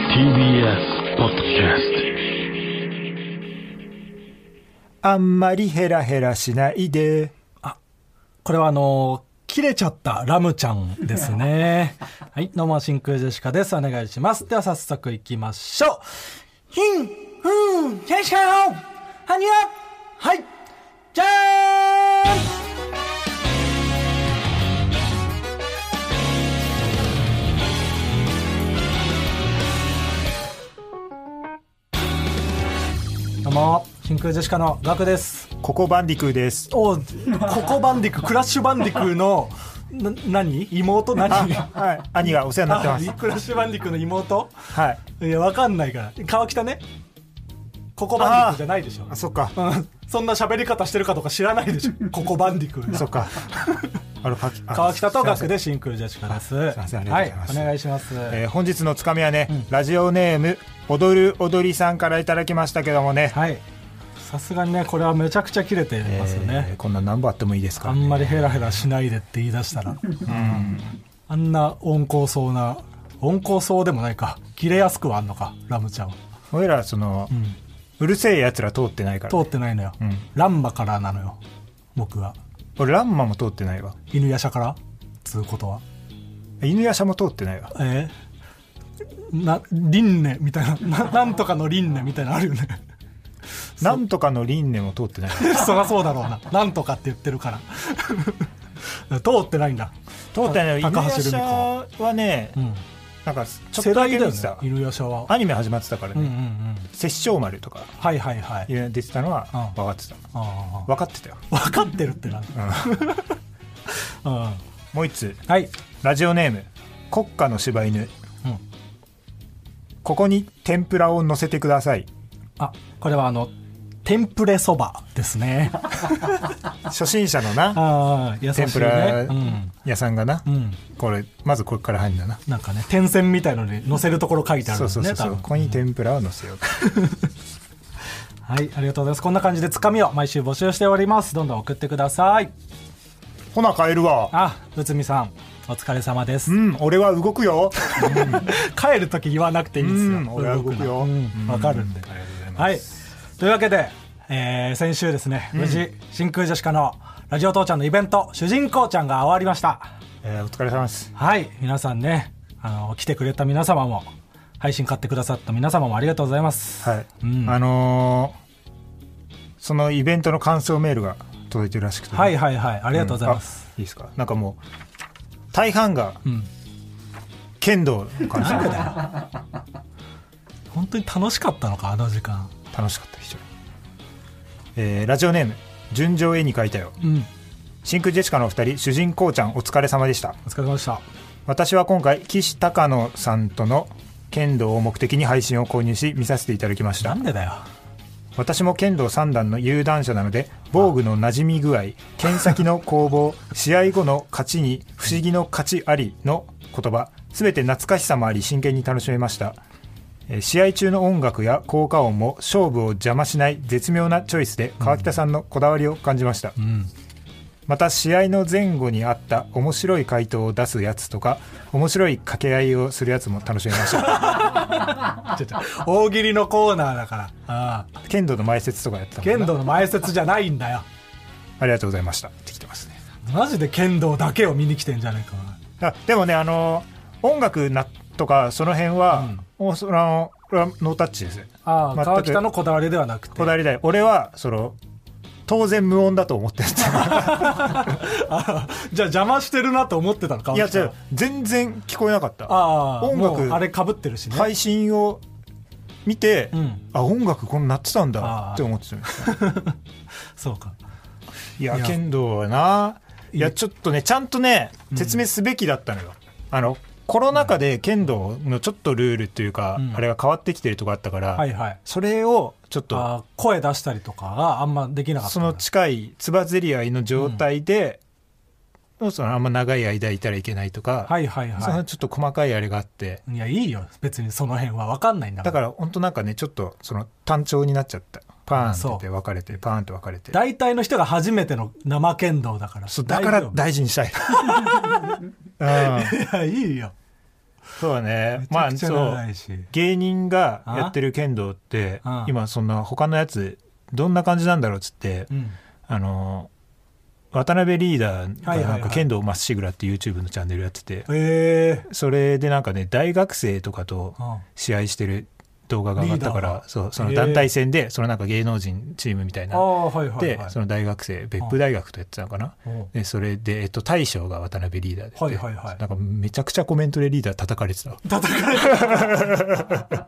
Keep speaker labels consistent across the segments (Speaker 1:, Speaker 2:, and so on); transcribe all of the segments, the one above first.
Speaker 1: TBS ポッドキャス
Speaker 2: あんまりヘラヘラしないで。
Speaker 3: これはあの切れちゃったラムちゃんですね。はい、どうも真空ジェシカです。お願いします。では早速行きましょう。ヒン、フン、ジェシカのハニワはい、じゃーんどうも、真空ジェシカのガクです。
Speaker 2: ここバンディクーです。
Speaker 3: おここバンディククラッシュバンディクのな何妹何
Speaker 2: あ、はい。兄がお世話になってます
Speaker 3: あ。クラッシュバンディクの妹
Speaker 2: はい。
Speaker 3: いやわかんないから川北ねここバンディクじゃないでしょ
Speaker 2: あ、そっか。
Speaker 3: うん そんな喋り方してるかとか知らないで しょここバンディク
Speaker 2: そっ か。あの、かきあ
Speaker 3: 川北と
Speaker 2: す
Speaker 3: 学
Speaker 2: いません
Speaker 3: でシンクルジェシカです
Speaker 2: いませんありがとうございます
Speaker 3: はいお願いします、
Speaker 2: えー本日のつかみはね、ラジオネーム、踊る踊りさんからいただきましたけどもね。
Speaker 3: はいさすがにねこれはめちゃくちゃ切れてますよね、
Speaker 2: えーこんな何本あってもいいですか
Speaker 3: あ
Speaker 2: らね
Speaker 3: んまりヘラヘラしないでって言い出したら、あんな温厚そうな温厚そうでもないか切れやすくはあんのかラムちゃんは
Speaker 2: 俺ら、その、うるせえ奴ら通ってないから。
Speaker 3: 通ってないのよ、
Speaker 2: ん
Speaker 3: ランマからなのよ僕は
Speaker 2: 俺、ランマも通ってないわ。
Speaker 3: 犬やしゃからつうことは
Speaker 2: 犬やしゃも通ってないわ。
Speaker 3: えー、な輪廻みたいなななんとかの輪廻みたいなのあるよね
Speaker 2: なんとかの輪廻も通ってないわ。
Speaker 3: そりゃそうだろうななんとかって言ってるから 通ってないんだ
Speaker 2: 通ってないの
Speaker 3: 高
Speaker 2: 犬や
Speaker 3: 橋留美
Speaker 2: し
Speaker 3: 子
Speaker 2: ゃはね、
Speaker 3: うん
Speaker 2: なんか、ちょっ
Speaker 3: 世
Speaker 2: とだ
Speaker 3: 代
Speaker 2: け
Speaker 3: だよ
Speaker 2: 見
Speaker 3: ね
Speaker 2: てた。
Speaker 3: 犬やしゃは
Speaker 2: アニメ始まってたから
Speaker 3: うんうんう
Speaker 2: ね。
Speaker 3: ん
Speaker 2: 殺生丸とか
Speaker 3: はいはいはい
Speaker 2: い
Speaker 3: あ
Speaker 2: う出てたのは
Speaker 3: う
Speaker 2: 分
Speaker 3: ん
Speaker 2: かってた。
Speaker 3: あ
Speaker 2: 分かってたよ。
Speaker 3: 分かってるってなる、うん
Speaker 2: もう一つ、
Speaker 3: はい、
Speaker 2: ラジオネーム、国家の柴犬。
Speaker 3: うん、
Speaker 2: ここに天ぷらを乗せてください。
Speaker 3: あこれはあの天ぷれそばで すね
Speaker 2: 初心者のな、
Speaker 3: ああ優しいね
Speaker 2: 天ぷら
Speaker 3: うん、
Speaker 2: 屋さんがな
Speaker 3: う、ん、
Speaker 2: これ、まずこれから入るんだな。
Speaker 3: なんかね点線みたいのに載せるところ書いてあるん
Speaker 2: そう
Speaker 3: です
Speaker 2: そうそう
Speaker 3: ね
Speaker 2: そう。ここに天ぷらを乗せようか。
Speaker 3: 多分はいありがとうございますこんな感じでつかみを毎週募集しておりますどんどん送ってください
Speaker 2: ほな、帰るわ。
Speaker 3: あ内海さんお疲れ様です、
Speaker 2: うん、俺は動くよ。
Speaker 3: 帰る時言わなくていいんですよ、
Speaker 2: うん俺は動くよ
Speaker 3: なうん
Speaker 2: うん
Speaker 3: わかるんで
Speaker 2: ありがとうございます
Speaker 3: はいというわけで、えー先週ですね無事、真空ジェシカのラジオ父ちゃんのイベント主人公ちゃんが終わりました
Speaker 2: えーお疲れ様です。
Speaker 3: はい、皆さんね、あの、来てくれた皆様も、配信買ってくださった皆様もありがとうございます。
Speaker 2: はい。
Speaker 3: うん
Speaker 2: あのーそのイベントの感想メールが届いてるらしくてね。
Speaker 3: はい
Speaker 2: あ
Speaker 3: はいはい、あり
Speaker 2: り
Speaker 3: がとうございます。。
Speaker 2: いいですかなんかもう、大半が
Speaker 3: うん。
Speaker 2: 剣道の感想。
Speaker 3: 本当に楽しかったのか、あの時間。
Speaker 2: 楽しかった非常に、えーラジオネーム純情絵に描いたよ
Speaker 3: うん。
Speaker 2: 真空ジェシカのお二人主人公ちゃんお疲れ様でした
Speaker 3: お疲れ様でした。
Speaker 2: 私は今回岸高野さんとの剣道を目的に配信を購入し見させていただきまし
Speaker 3: な
Speaker 2: た
Speaker 3: んでだよ。
Speaker 2: 私も剣道三段の有段者なので防具の馴染み具合剣先の攻防試合後の勝ちに不思議の勝ちありの言葉すべて懐かしさもあり真剣に楽しめましたえー試合中の音楽や効果音も勝負を邪魔しない絶妙なチョイスで川北さんのこだわりを感じました、
Speaker 3: うん。
Speaker 2: また試合の前後にあった面白い回答を出すやつとか面白い掛け合いをするやつも楽しめました
Speaker 3: ちょちょ大喜利のコーナーだから。ああ。
Speaker 2: 剣道の前説とかやってたもん
Speaker 3: 剣
Speaker 2: な
Speaker 3: 道の前説じゃないんだよ。
Speaker 2: ありがとうございましたってきてますね
Speaker 3: マジで剣道だけを見に来てんじゃねえか、お前
Speaker 2: あでもねあの音楽なとかその辺は、おそのこれはノータッチです
Speaker 3: ああ、
Speaker 2: 全く
Speaker 3: 川北のこだわりではなくて。
Speaker 2: こだわりだよ俺はその当然無音だと思ってる
Speaker 3: ああ じゃあ邪魔してるなと思ってたの、川
Speaker 2: いや
Speaker 3: 北
Speaker 2: 違
Speaker 3: は
Speaker 2: う全然聞こえなかった
Speaker 3: ああ、
Speaker 2: 音楽
Speaker 3: もうあれ被ってるしね。
Speaker 2: 配信を見て、
Speaker 3: うん
Speaker 2: あ音楽こんななってたんだ
Speaker 3: あー
Speaker 2: って思ってたんですよ
Speaker 3: そうか。
Speaker 2: いや
Speaker 3: いや
Speaker 2: 剣道はないや
Speaker 3: いい
Speaker 2: ちょっとねちゃんとね説明すべきだったのよ、あのコロナ禍で剣道のちょっとルールというか、
Speaker 3: うん
Speaker 2: あれが変わってきてるとこあったから、
Speaker 3: はいはい。
Speaker 2: それをちょっと
Speaker 3: あー声出したりとかがあんまできなかった
Speaker 2: そ
Speaker 3: んだ
Speaker 2: の近いつばぜり合いの状態で、そのあんま長い間いたらいけないとか、
Speaker 3: はいはい
Speaker 2: そ
Speaker 3: は
Speaker 2: のちょっと細かいあれがあって
Speaker 3: いいやいいよ別にその辺は分かんないんだか
Speaker 2: だ
Speaker 3: ら
Speaker 2: から本当なんかねちょっとその単調になっちゃったパーンって
Speaker 3: そ
Speaker 2: 言
Speaker 3: う
Speaker 2: って分かれてパーンって分かれて
Speaker 3: 大体の人が初めての生剣道だから
Speaker 2: そうだから
Speaker 3: 大丈夫
Speaker 2: 大事にしたい、うん
Speaker 3: いやいいよ
Speaker 2: そうだね
Speaker 3: めち
Speaker 2: ま
Speaker 3: ゃ
Speaker 2: あ
Speaker 3: くちゃ
Speaker 2: そ
Speaker 3: 長
Speaker 2: う
Speaker 3: いし、
Speaker 2: 芸人がやってる剣道って
Speaker 3: ああ
Speaker 2: 今そんな他のやつどんな感じなんだろうっつって
Speaker 3: うん
Speaker 2: あの渡辺リーダーが
Speaker 3: はいは
Speaker 2: ないん
Speaker 3: は
Speaker 2: か
Speaker 3: い
Speaker 2: 剣道まっしぐらって YouTube のチャンネルやってて
Speaker 3: え
Speaker 2: それでなんかね大学生とかと
Speaker 3: ーうん
Speaker 2: 試合してる動画が上がったか
Speaker 3: リーダー
Speaker 2: ら
Speaker 3: が
Speaker 2: そうその団体戦でそのなんか芸能人チームみたい
Speaker 3: あ
Speaker 2: な
Speaker 3: あはいはい
Speaker 2: で
Speaker 3: はい
Speaker 2: その大学生別府大学とやってたのかな
Speaker 3: うん
Speaker 2: でそれで、えっと、大将が渡辺リーダーで、
Speaker 3: はいはいはい
Speaker 2: なんかめちゃくちゃコメントでリーダー叩かれてた
Speaker 3: 叩かれて る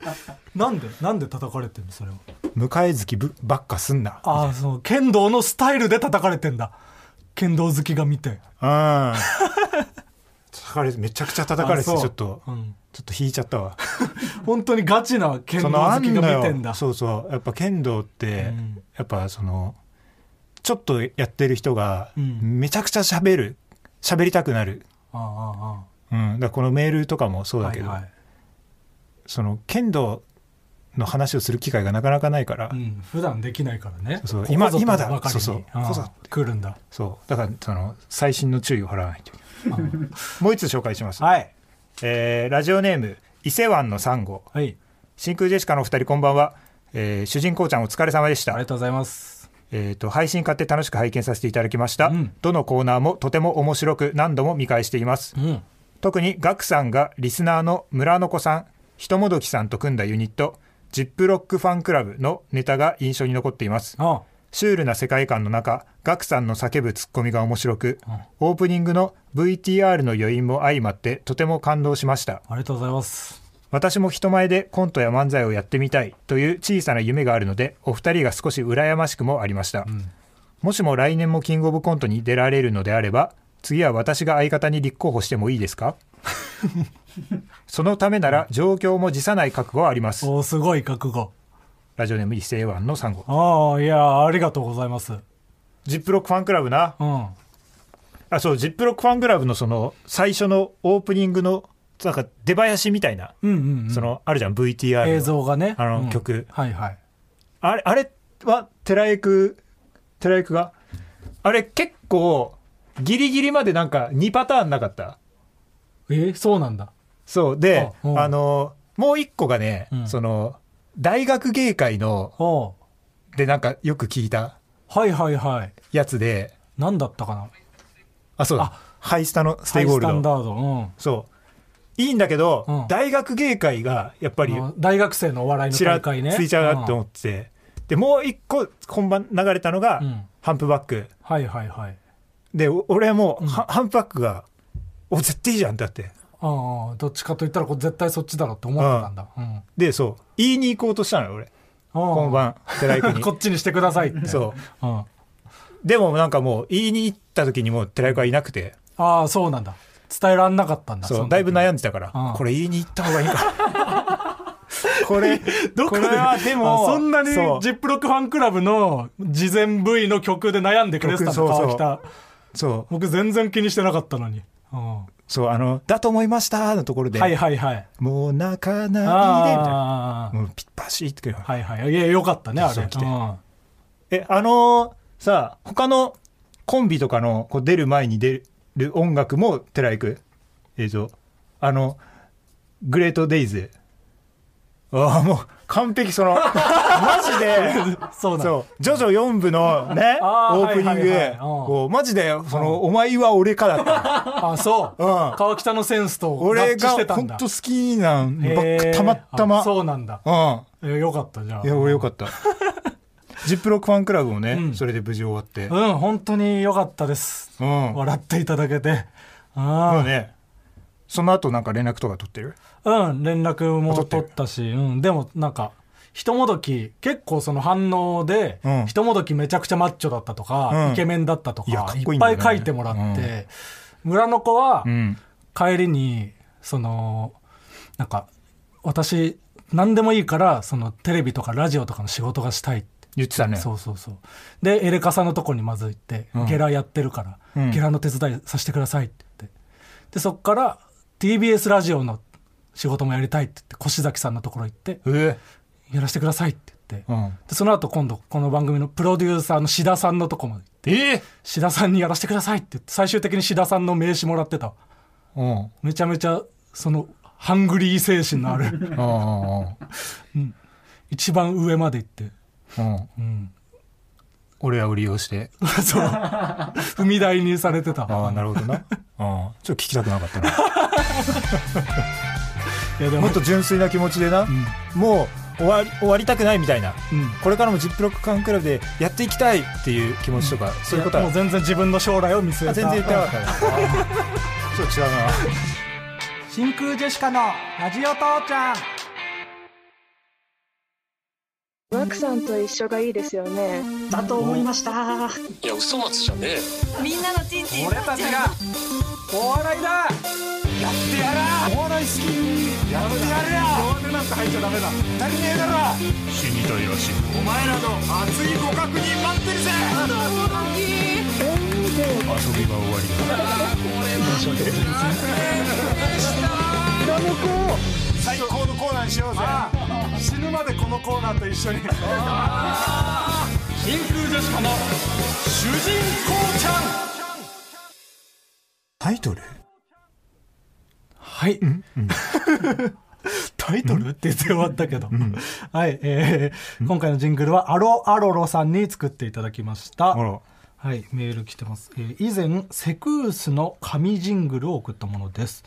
Speaker 3: なんでなんで叩かれてんのそれは
Speaker 2: 迎え月ぶばっかすんな
Speaker 3: ああその剣道のスタイルで叩かれてんだ剣道好きが見て
Speaker 2: うん叩かれてめちゃくちゃ叩かれて
Speaker 3: あ
Speaker 2: て
Speaker 3: そ
Speaker 2: ち
Speaker 3: う
Speaker 2: ょっと、
Speaker 3: うん
Speaker 2: ちょっと引いちゃったわ
Speaker 3: 本当にガチな剣道
Speaker 2: そのあ
Speaker 3: 好き
Speaker 2: んの
Speaker 3: が見てん
Speaker 2: よ
Speaker 3: だ
Speaker 2: そうそうやっぱ剣道って、
Speaker 3: うん
Speaker 2: やっぱそのちょっとやってる人が
Speaker 3: うん
Speaker 2: めちゃくちゃ喋る喋りたくなる、
Speaker 3: ああ
Speaker 2: うん、だからこのメールとかもそ
Speaker 3: あ
Speaker 2: う
Speaker 3: ああ
Speaker 2: だけど、
Speaker 3: はいはい
Speaker 2: その剣道の話をする機会がなかなかないから、
Speaker 3: うん、普段できないからね
Speaker 2: そうそう
Speaker 3: ここぞと
Speaker 2: 今今だ
Speaker 3: ばかりに
Speaker 2: そうそう
Speaker 3: ああ
Speaker 2: ここぞ
Speaker 3: 来るんだ
Speaker 2: そうだからその最新の注意を払わないといけない
Speaker 3: うん
Speaker 2: もう一つ紹介します、
Speaker 3: はい
Speaker 2: えーラジオネーム伊勢湾のサンゴ
Speaker 3: はいあり
Speaker 2: 真空ジェシカのお二人こんばんは、えー主人公ちゃんお疲れ様でし
Speaker 3: が
Speaker 2: た、
Speaker 3: とうございます
Speaker 2: えー、と配信買って楽しく拝見させていただきました、
Speaker 3: うん
Speaker 2: どのコーナーもとても面白く何度も見返しています、
Speaker 3: うん
Speaker 2: 特にガクさんがリスナーの村の子さんひともどきさんと組んだユニットジップロックファンクラブのネタが印象に残っています
Speaker 3: ああ
Speaker 2: シュールな世界観の中ガクさんの叫ぶツッコミが面白くオープニングの VTR の余韻も相まってとても感動しました
Speaker 3: ありがとうございます
Speaker 2: 私も人前でコントや漫才をやってみたいという小さな夢があるのでお二人が少し羨ましくもありました、もしも来年もキングオブコントに出られるのであれば次は私が相方に立候補してもいいです かそのためなら状況も辞さない覚悟はあります
Speaker 3: おーすごい覚悟
Speaker 2: ラジオネーム伊勢湾の3号
Speaker 3: ああいやありがとうございます
Speaker 2: ジップロックファンクラブな
Speaker 3: うん
Speaker 2: あそうジップロックファンクラブのその最初のオープニングのなんか出囃子みたいな、
Speaker 3: うんうん、うん、
Speaker 2: そのあるじゃん VTR の
Speaker 3: 映像がね
Speaker 2: あの
Speaker 3: うん
Speaker 2: 曲
Speaker 3: はいはい
Speaker 2: あれ、あれは、寺井く、寺井くがあれ結構、ギリギリまでなんか2パターンなかった。
Speaker 3: えーそうなんだ
Speaker 2: そう。で、
Speaker 3: あうん
Speaker 2: あの、もう一個がね、
Speaker 3: うん
Speaker 2: その、大学芸会の、
Speaker 3: おう
Speaker 2: でなんかよく聞いた
Speaker 3: はいはいはい
Speaker 2: やつで、
Speaker 3: 何だったかな
Speaker 2: あ、そうだ
Speaker 3: あ。
Speaker 2: ハイスタのス
Speaker 3: ハ
Speaker 2: テイ
Speaker 3: イ
Speaker 2: ゴー
Speaker 3: ス
Speaker 2: ル
Speaker 3: タン
Speaker 2: ド。
Speaker 3: ダード、うん
Speaker 2: そう。いいんだけど、
Speaker 3: うん
Speaker 2: 大学芸会が、やっぱり
Speaker 3: あ、の大学生のお笑いの
Speaker 2: ちら
Speaker 3: 大
Speaker 2: つ
Speaker 3: 会ね
Speaker 2: いちゃうなって思ってて。で、もう一個、本番流れたのが、
Speaker 3: うん
Speaker 2: ハンプバック。
Speaker 3: はいはいはい
Speaker 2: でお俺はもう、
Speaker 3: うん
Speaker 2: ハハンプバックが「お絶対いいじゃん」だって
Speaker 3: ああどっちかと言ったらこう絶対そっちだろうって思ってたんだ、うん
Speaker 2: でそう言いに行こうとしたのよ俺
Speaker 3: こ
Speaker 2: 今晩寺井君
Speaker 3: こっちにしてくださいって、
Speaker 2: にそう
Speaker 3: ん、あ
Speaker 2: でもなんかもう言いに行った時にもう寺井君はいなくて
Speaker 3: あそうなんだ伝えらんなかったんだ
Speaker 2: そうだいぶ
Speaker 3: い
Speaker 2: 悩んでたから、
Speaker 3: うん
Speaker 2: これ言いに行った方がいいか これ
Speaker 3: どこ
Speaker 2: こ
Speaker 3: で
Speaker 2: れはでも
Speaker 3: あそんなに
Speaker 2: そう
Speaker 3: ジップロックファンクラブの事前 V の曲で悩んでくれてた
Speaker 2: 曲
Speaker 3: の
Speaker 2: そうそう
Speaker 3: 川北
Speaker 2: そう
Speaker 3: 僕全然気にしてなかったのに、うん、は
Speaker 2: そうあの「だと思いました」のところ
Speaker 3: い
Speaker 2: で「
Speaker 3: はいはい
Speaker 2: もう泣かないで」みたいな
Speaker 3: ああ
Speaker 2: もうピッパシってくる、
Speaker 3: はいはいいやよかったねあ
Speaker 2: そ
Speaker 3: れ
Speaker 2: う来て
Speaker 3: うん
Speaker 2: えあのーさ他のコンビとかのこう出る前に出る音楽も寺井く映像あのグレートデイズああもう完璧 そのマジで
Speaker 3: そうなんだ
Speaker 2: そうジョジョ4部のね
Speaker 3: あー
Speaker 2: オープニング、
Speaker 3: はいはいはいうん
Speaker 2: こうマジでその、お前は俺かだ った
Speaker 3: あそう、
Speaker 2: うん
Speaker 3: 川北のセンスと合
Speaker 2: 俺
Speaker 3: 致
Speaker 2: が
Speaker 3: してたん
Speaker 2: 本
Speaker 3: だ
Speaker 2: 当好きなんばっ
Speaker 3: へ
Speaker 2: か
Speaker 3: ー
Speaker 2: たまたま
Speaker 3: あそうなんだ
Speaker 2: うん
Speaker 3: いやよかったじゃあ
Speaker 2: いや俺よかったジップロックファンクラブもね、
Speaker 3: うん
Speaker 2: それで無事終わって
Speaker 3: うん本当によかったです
Speaker 2: うん
Speaker 3: 笑っていただけて
Speaker 2: そ
Speaker 3: あ
Speaker 2: うね。その後なんか連絡とか取ってる
Speaker 3: あうん連絡も
Speaker 2: 取ってる
Speaker 3: 取ったし、うん、でもなんかひともどき結構その反応で、
Speaker 2: うん
Speaker 3: ひともどきめちゃくちゃマッチョだったとか、
Speaker 2: うん
Speaker 3: イケメンだったとか
Speaker 2: いやかっ
Speaker 3: い
Speaker 2: こいい
Speaker 3: っ
Speaker 2: んだ
Speaker 3: ぱ
Speaker 2: よ
Speaker 3: い
Speaker 2: ね
Speaker 3: 書いてもらって、村の子は、
Speaker 2: ん。
Speaker 3: 帰りにそのなんか私何でもいいからそのテレビとかラジオとかの仕事がしたいって
Speaker 2: 言ってたね。
Speaker 3: そうそうそうでエレカさんのとこにまず行って、
Speaker 2: うん
Speaker 3: ゲラやってるから、
Speaker 2: うん
Speaker 3: ゲラの手伝いさせてくださいって言ってでそっから TBS ラジオの仕事もやりたいって言って越崎さんのところ行って
Speaker 2: え
Speaker 3: やらせてくださいって言って、
Speaker 2: うん。
Speaker 3: でその後今度この番組のプロデューサーの志田さんのとこまで
Speaker 2: え
Speaker 3: 志田さんにやらせてくださいって言って最終的に志田さんの名刺もらってた
Speaker 2: うん。
Speaker 3: めちゃめちゃそのハングリー精神のあ る
Speaker 2: あ
Speaker 3: 一番上まで行って、
Speaker 2: あ、うん。
Speaker 3: うん、
Speaker 2: 俺らを利用して。
Speaker 3: そう踏み台にされてた
Speaker 2: ああ、なるほどな。ああ、ちょっと聞きたくなかったな。
Speaker 3: いやで も
Speaker 2: もっと純粋な気持ちでな、もう終わり終わりたくないみたいな、
Speaker 3: うん
Speaker 2: これからもジップロックカンクラブでやっていきたいっていう気持ちとか、そういうこと
Speaker 3: やも
Speaker 2: は
Speaker 3: う全然自分の将来を見据え
Speaker 2: あ
Speaker 3: た
Speaker 2: 全然言ってなかったね。あ ちょっと違うな。
Speaker 3: 真空ジェシカのラジオ父ちゃん
Speaker 4: ワクさんと一緒がいいですよね。
Speaker 5: だと思いました。
Speaker 6: いや、嘘松じゃねえよ。
Speaker 7: みんなのちんちん
Speaker 3: 俺たちがお笑いだやってやらお笑い好きやってやるや弱音なんて入っちゃダメだ足りねえだろ死ぬまでこのコーナーと一緒に真空ジェシカの主人公ちゃん
Speaker 2: タイトル
Speaker 3: はい。 タイトルって言って終わったけど。はい、えー今回のジングルは、アロアロロさんに作っていただきました。
Speaker 2: あら
Speaker 3: はい、メール来てます。えー以前、セクウスの神ジングルを送ったものです。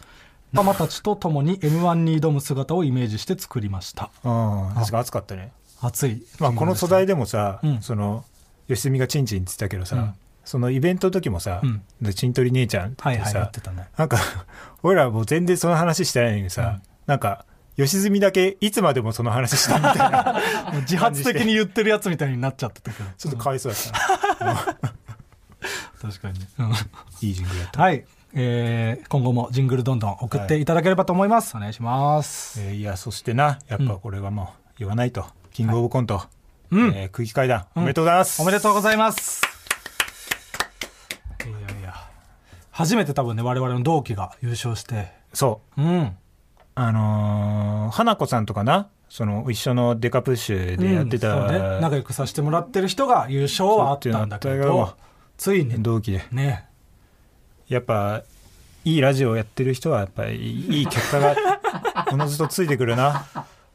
Speaker 3: 仲間たちと共に M1 に挑む姿をイメージして作りました。
Speaker 2: ああ確か暑かったね
Speaker 3: 熱い。
Speaker 2: まあ、この素材でもさ、
Speaker 3: うん
Speaker 2: その吉住がチンチンって言ったけどさ、
Speaker 3: うん
Speaker 2: そのイベントの時もさ
Speaker 3: うん
Speaker 2: 「でチントリ姉ちゃん」って
Speaker 3: は
Speaker 2: 言って
Speaker 3: いはい、
Speaker 2: さ、
Speaker 3: やってたね。
Speaker 2: なんか 俺らもう全然その話してないのにさ、なんか吉住だけいつまでもその話したみたい な
Speaker 3: もう自発的に言ってるやつみたいになっちゃってたけど。
Speaker 2: ちょっとかわいそうだったな、
Speaker 3: 確かにね。うん
Speaker 2: いいジングルだった、
Speaker 3: はい。えー今後もジングルどんどん送っていただければと思います。お願いします。
Speaker 2: えーいやそしてなやっぱこれはもう言わないと、キングオブコント、
Speaker 3: うん
Speaker 2: えー空気階段おめでとうございます、
Speaker 3: おめでとうございます。いやいや。初めて多分ね、我々の同期が優勝して。
Speaker 2: そう
Speaker 3: うん。
Speaker 2: あのー花子さんとかなその一緒のデカプッシュでやってた、
Speaker 3: うんそうね。仲良くさせてもらってる人が優勝はあったんだけ
Speaker 2: そうっていうのあっ
Speaker 3: ど
Speaker 2: た、
Speaker 3: ついに
Speaker 2: 同期で
Speaker 3: ね、
Speaker 2: やっぱいいラジオやってる人はやっぱりいい結果 がおのずとついてくるな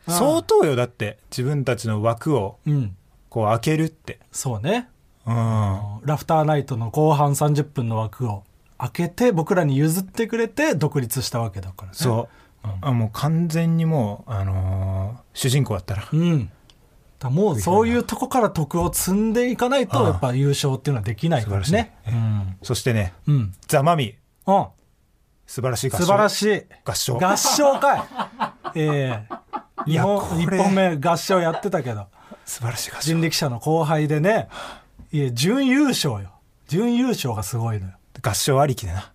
Speaker 2: 相当よだって自分たちの枠を
Speaker 3: うん。
Speaker 2: こう開けるって
Speaker 3: そうね。
Speaker 2: うん
Speaker 3: ラフターナイトの後半30分の枠を開けて、僕らに譲ってくれて独立したわけだからね。
Speaker 2: そう、あもう完全にもう、あのー主人公だったら
Speaker 3: うん。だからもうそういうとこから得を積んでいかないと、
Speaker 2: ああ
Speaker 3: やっぱ優勝っていうのはできないから
Speaker 2: 素晴らし
Speaker 3: ね。うん。
Speaker 2: そしてね
Speaker 3: うん。
Speaker 2: ザ・マミィ
Speaker 3: うん。
Speaker 2: 素晴らしい合唱
Speaker 3: 素晴ら
Speaker 2: い
Speaker 3: しい。
Speaker 2: 合唱
Speaker 3: 合 唱会。ええ
Speaker 2: い
Speaker 3: 日
Speaker 2: や
Speaker 3: 本
Speaker 2: これ
Speaker 3: 1本目合唱やってたけど、
Speaker 2: 素晴らしい合唱
Speaker 3: 人力車の後輩でね、いや、準優勝よ。準優勝がすごいのよ。
Speaker 2: 合唱ありきでな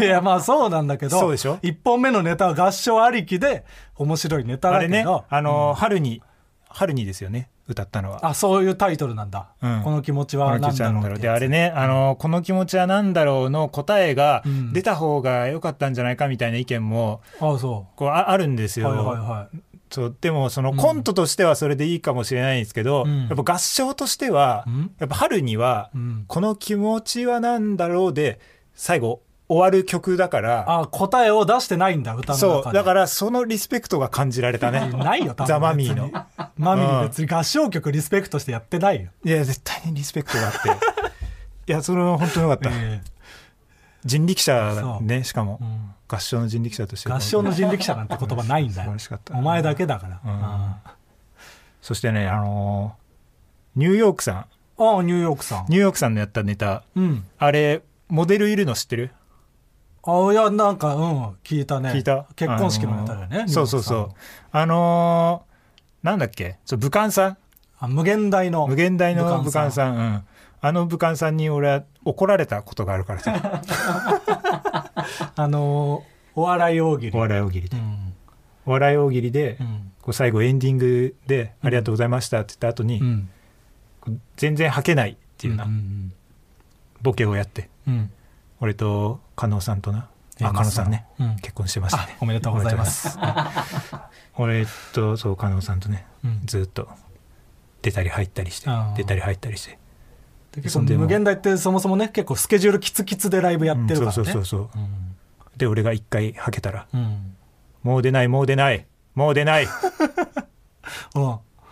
Speaker 2: い
Speaker 3: や、まあそうなんだけど、
Speaker 2: そうでしょ
Speaker 3: 1本目のネタは合唱ありきで、面白いネタ
Speaker 2: あ
Speaker 3: だけ
Speaker 2: れ
Speaker 3: ど、
Speaker 2: ねあのー春に春にですよね歌ったのは
Speaker 3: あ、そういうタイトルなんだ。
Speaker 2: うん
Speaker 3: この気持ち
Speaker 2: こ
Speaker 3: は
Speaker 2: の気持
Speaker 3: 何
Speaker 2: ち
Speaker 3: だ
Speaker 2: は
Speaker 3: ろ
Speaker 2: なだ
Speaker 3: うんっ
Speaker 2: ろう
Speaker 3: て
Speaker 2: で
Speaker 3: や
Speaker 2: あ
Speaker 3: つ
Speaker 2: れね、あのこの気持ちは何だろうの答えが
Speaker 3: うん
Speaker 2: 出た方が良かったんじゃないかみたいな意見も
Speaker 3: あそ
Speaker 2: こうああるんです
Speaker 3: う。
Speaker 2: よ、
Speaker 3: はいはいはい。
Speaker 2: そうでもそのコントとしてはそれでいいかもしれないんですけど、
Speaker 3: うん
Speaker 2: やっぱ合唱としては、
Speaker 3: うん
Speaker 2: やっぱ春には、
Speaker 3: うん
Speaker 2: この気持ちは何だろうで最後終わる曲だから
Speaker 3: あ答えを出してないんだ歌の中で
Speaker 2: そうだからそのリスペクトが感じられたね
Speaker 3: ないよ多分
Speaker 2: ザ・マミーの
Speaker 3: 別にマミー
Speaker 2: うん
Speaker 3: 別に合唱曲リスペクトしてやってないよ、
Speaker 2: いや絶対にリスペクトがあってい やそれは本当によかった、
Speaker 3: え
Speaker 2: 人力車
Speaker 3: そう
Speaker 2: ねしかも、
Speaker 3: えうん
Speaker 2: 合唱の人力車として
Speaker 3: 合唱の人力車なんて言葉な いんだ
Speaker 2: 素晴
Speaker 3: よ
Speaker 2: らしかった
Speaker 3: お前だけだから
Speaker 2: うん
Speaker 3: あ
Speaker 2: そしてね、あのーニューヨークさん、
Speaker 3: あニューヨークさん
Speaker 2: ニューヨークさんのやったネタ、
Speaker 3: うん
Speaker 2: あれ、モデルいるの知ってる
Speaker 3: あいやなんかうん聞いたね
Speaker 2: 聞いた
Speaker 3: 結婚式のネタだよね、
Speaker 2: あのー
Speaker 3: ニュ
Speaker 2: そ
Speaker 3: ーヨー
Speaker 2: うそ
Speaker 3: クさん
Speaker 2: うそう。あのーなんだっけそう、武漢さん
Speaker 3: あ無限大の
Speaker 2: 無限大の武
Speaker 3: 武漢
Speaker 2: 漢さん。うん。あの武漢さんに俺は怒られたことがあるから さ、
Speaker 3: あのーお笑い大喜利
Speaker 2: お笑い大喜利
Speaker 3: う
Speaker 2: で。
Speaker 3: ん
Speaker 2: お笑い大喜利で、
Speaker 3: うん
Speaker 2: こう最後エンディングで、ありがとうございましたって言った後に、
Speaker 3: うん
Speaker 2: こう全然吐けないっていうな、
Speaker 3: うん
Speaker 2: ボケをやって、
Speaker 3: うんうん
Speaker 2: 俺と加納さんとな、
Speaker 3: え
Speaker 2: あ、加納さんね、
Speaker 3: うん
Speaker 2: 結婚してました
Speaker 3: あ
Speaker 2: ね。
Speaker 3: おめでとうございます
Speaker 2: 俺とそう加納さんとね、
Speaker 3: うん
Speaker 2: ずっと出たり入ったりして
Speaker 3: あー
Speaker 2: 出たり入ったりして
Speaker 3: で
Speaker 2: 結
Speaker 3: 結
Speaker 2: 構
Speaker 3: 構
Speaker 2: でも
Speaker 3: 無限大ってそもそもね結構スケジュールキツキツでライブやってるからね、
Speaker 2: うんそうそうそうそう
Speaker 3: うん
Speaker 2: で俺が一回はけたら
Speaker 3: うん
Speaker 2: もう出ないもう出ないもう出ない
Speaker 3: うん。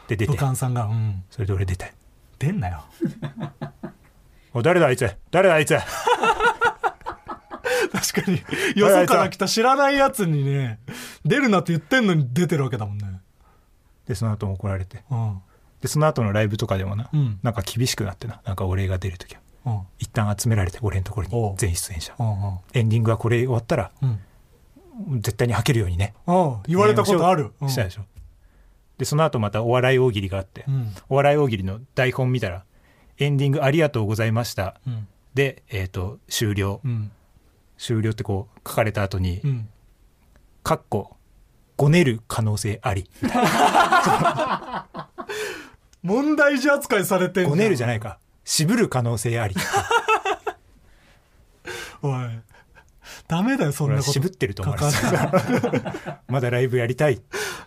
Speaker 2: で出
Speaker 3: 武
Speaker 2: て
Speaker 3: 漢さんが、うん。
Speaker 2: それで俺出て
Speaker 3: 出んな よ。
Speaker 2: お誰だあいつ誰だあいつ
Speaker 3: 確かに。 よそから来た知らないやつにね、出るなって言ってんのに出てるわけだもんね。
Speaker 2: でその後も怒られて
Speaker 3: うん。
Speaker 2: でその後のライブとかでもな、
Speaker 3: うん
Speaker 2: なんか厳しくなってななんかお礼が出る時は
Speaker 3: うん。
Speaker 2: 一旦集められて俺のところ
Speaker 3: おう
Speaker 2: に全出演者
Speaker 3: うん。うん
Speaker 2: エンディングはこれ終わったら
Speaker 3: うん。
Speaker 2: 絶対に吐けるようにね
Speaker 3: うん。言われたことある。
Speaker 2: 念をしした
Speaker 3: うん
Speaker 2: でしょ、でその後またお笑い大喜利があって、
Speaker 3: うん
Speaker 2: お笑い大喜利の台本見たらエンディングありがとうございました、
Speaker 3: うん。
Speaker 2: で、えー、と終了、
Speaker 3: うん。
Speaker 2: 終了ってこう書かれた後に
Speaker 3: うん。
Speaker 2: 「かっこごねる可能性あ り」
Speaker 3: 問題児扱いされてん
Speaker 2: ごねるじゃ
Speaker 3: ない
Speaker 2: ないか渋る可能性あり
Speaker 3: おい。ダメだよ、そん
Speaker 2: 俺は
Speaker 3: なこと。
Speaker 2: 渋ってると思わ
Speaker 3: 関わっ
Speaker 2: れてる まだライブやりたい、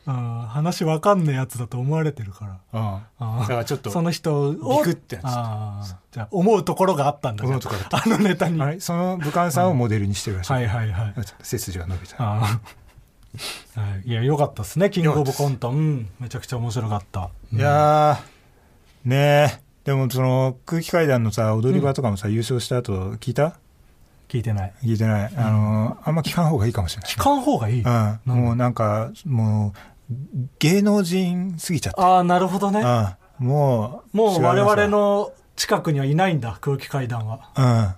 Speaker 3: うん話わかんねえやつだと思われてるか
Speaker 2: う
Speaker 3: ら。
Speaker 2: ん
Speaker 3: あ
Speaker 2: だ
Speaker 3: ー
Speaker 2: からちょっと
Speaker 3: その人を
Speaker 2: ビクってやつ
Speaker 3: あーじゃあ思うところがあったんだ
Speaker 2: 思うところが
Speaker 3: あのネタに
Speaker 2: あ
Speaker 3: はい
Speaker 2: れその武漢さんをモデルにしてるらしい、
Speaker 3: はいはい
Speaker 2: ちょっと背筋が伸びた
Speaker 3: あーはいいや良かったですねキングオブコントうんめちゃくちゃ面白かった
Speaker 2: いやーねえでもその空気階段のさ踊り場とかもさ、優勝した後聞いた
Speaker 3: 聞いてない
Speaker 2: 聞いてない、あのーあんま聞かん方がいいかもしれない
Speaker 3: 聞かん方がいいあ
Speaker 2: うん、もうなんかもう芸能人すぎちゃった
Speaker 3: あーなるほどね
Speaker 2: うんもう
Speaker 3: もう我々
Speaker 2: 違いま
Speaker 3: の近くにはいないんだ空気階段は
Speaker 2: すわうん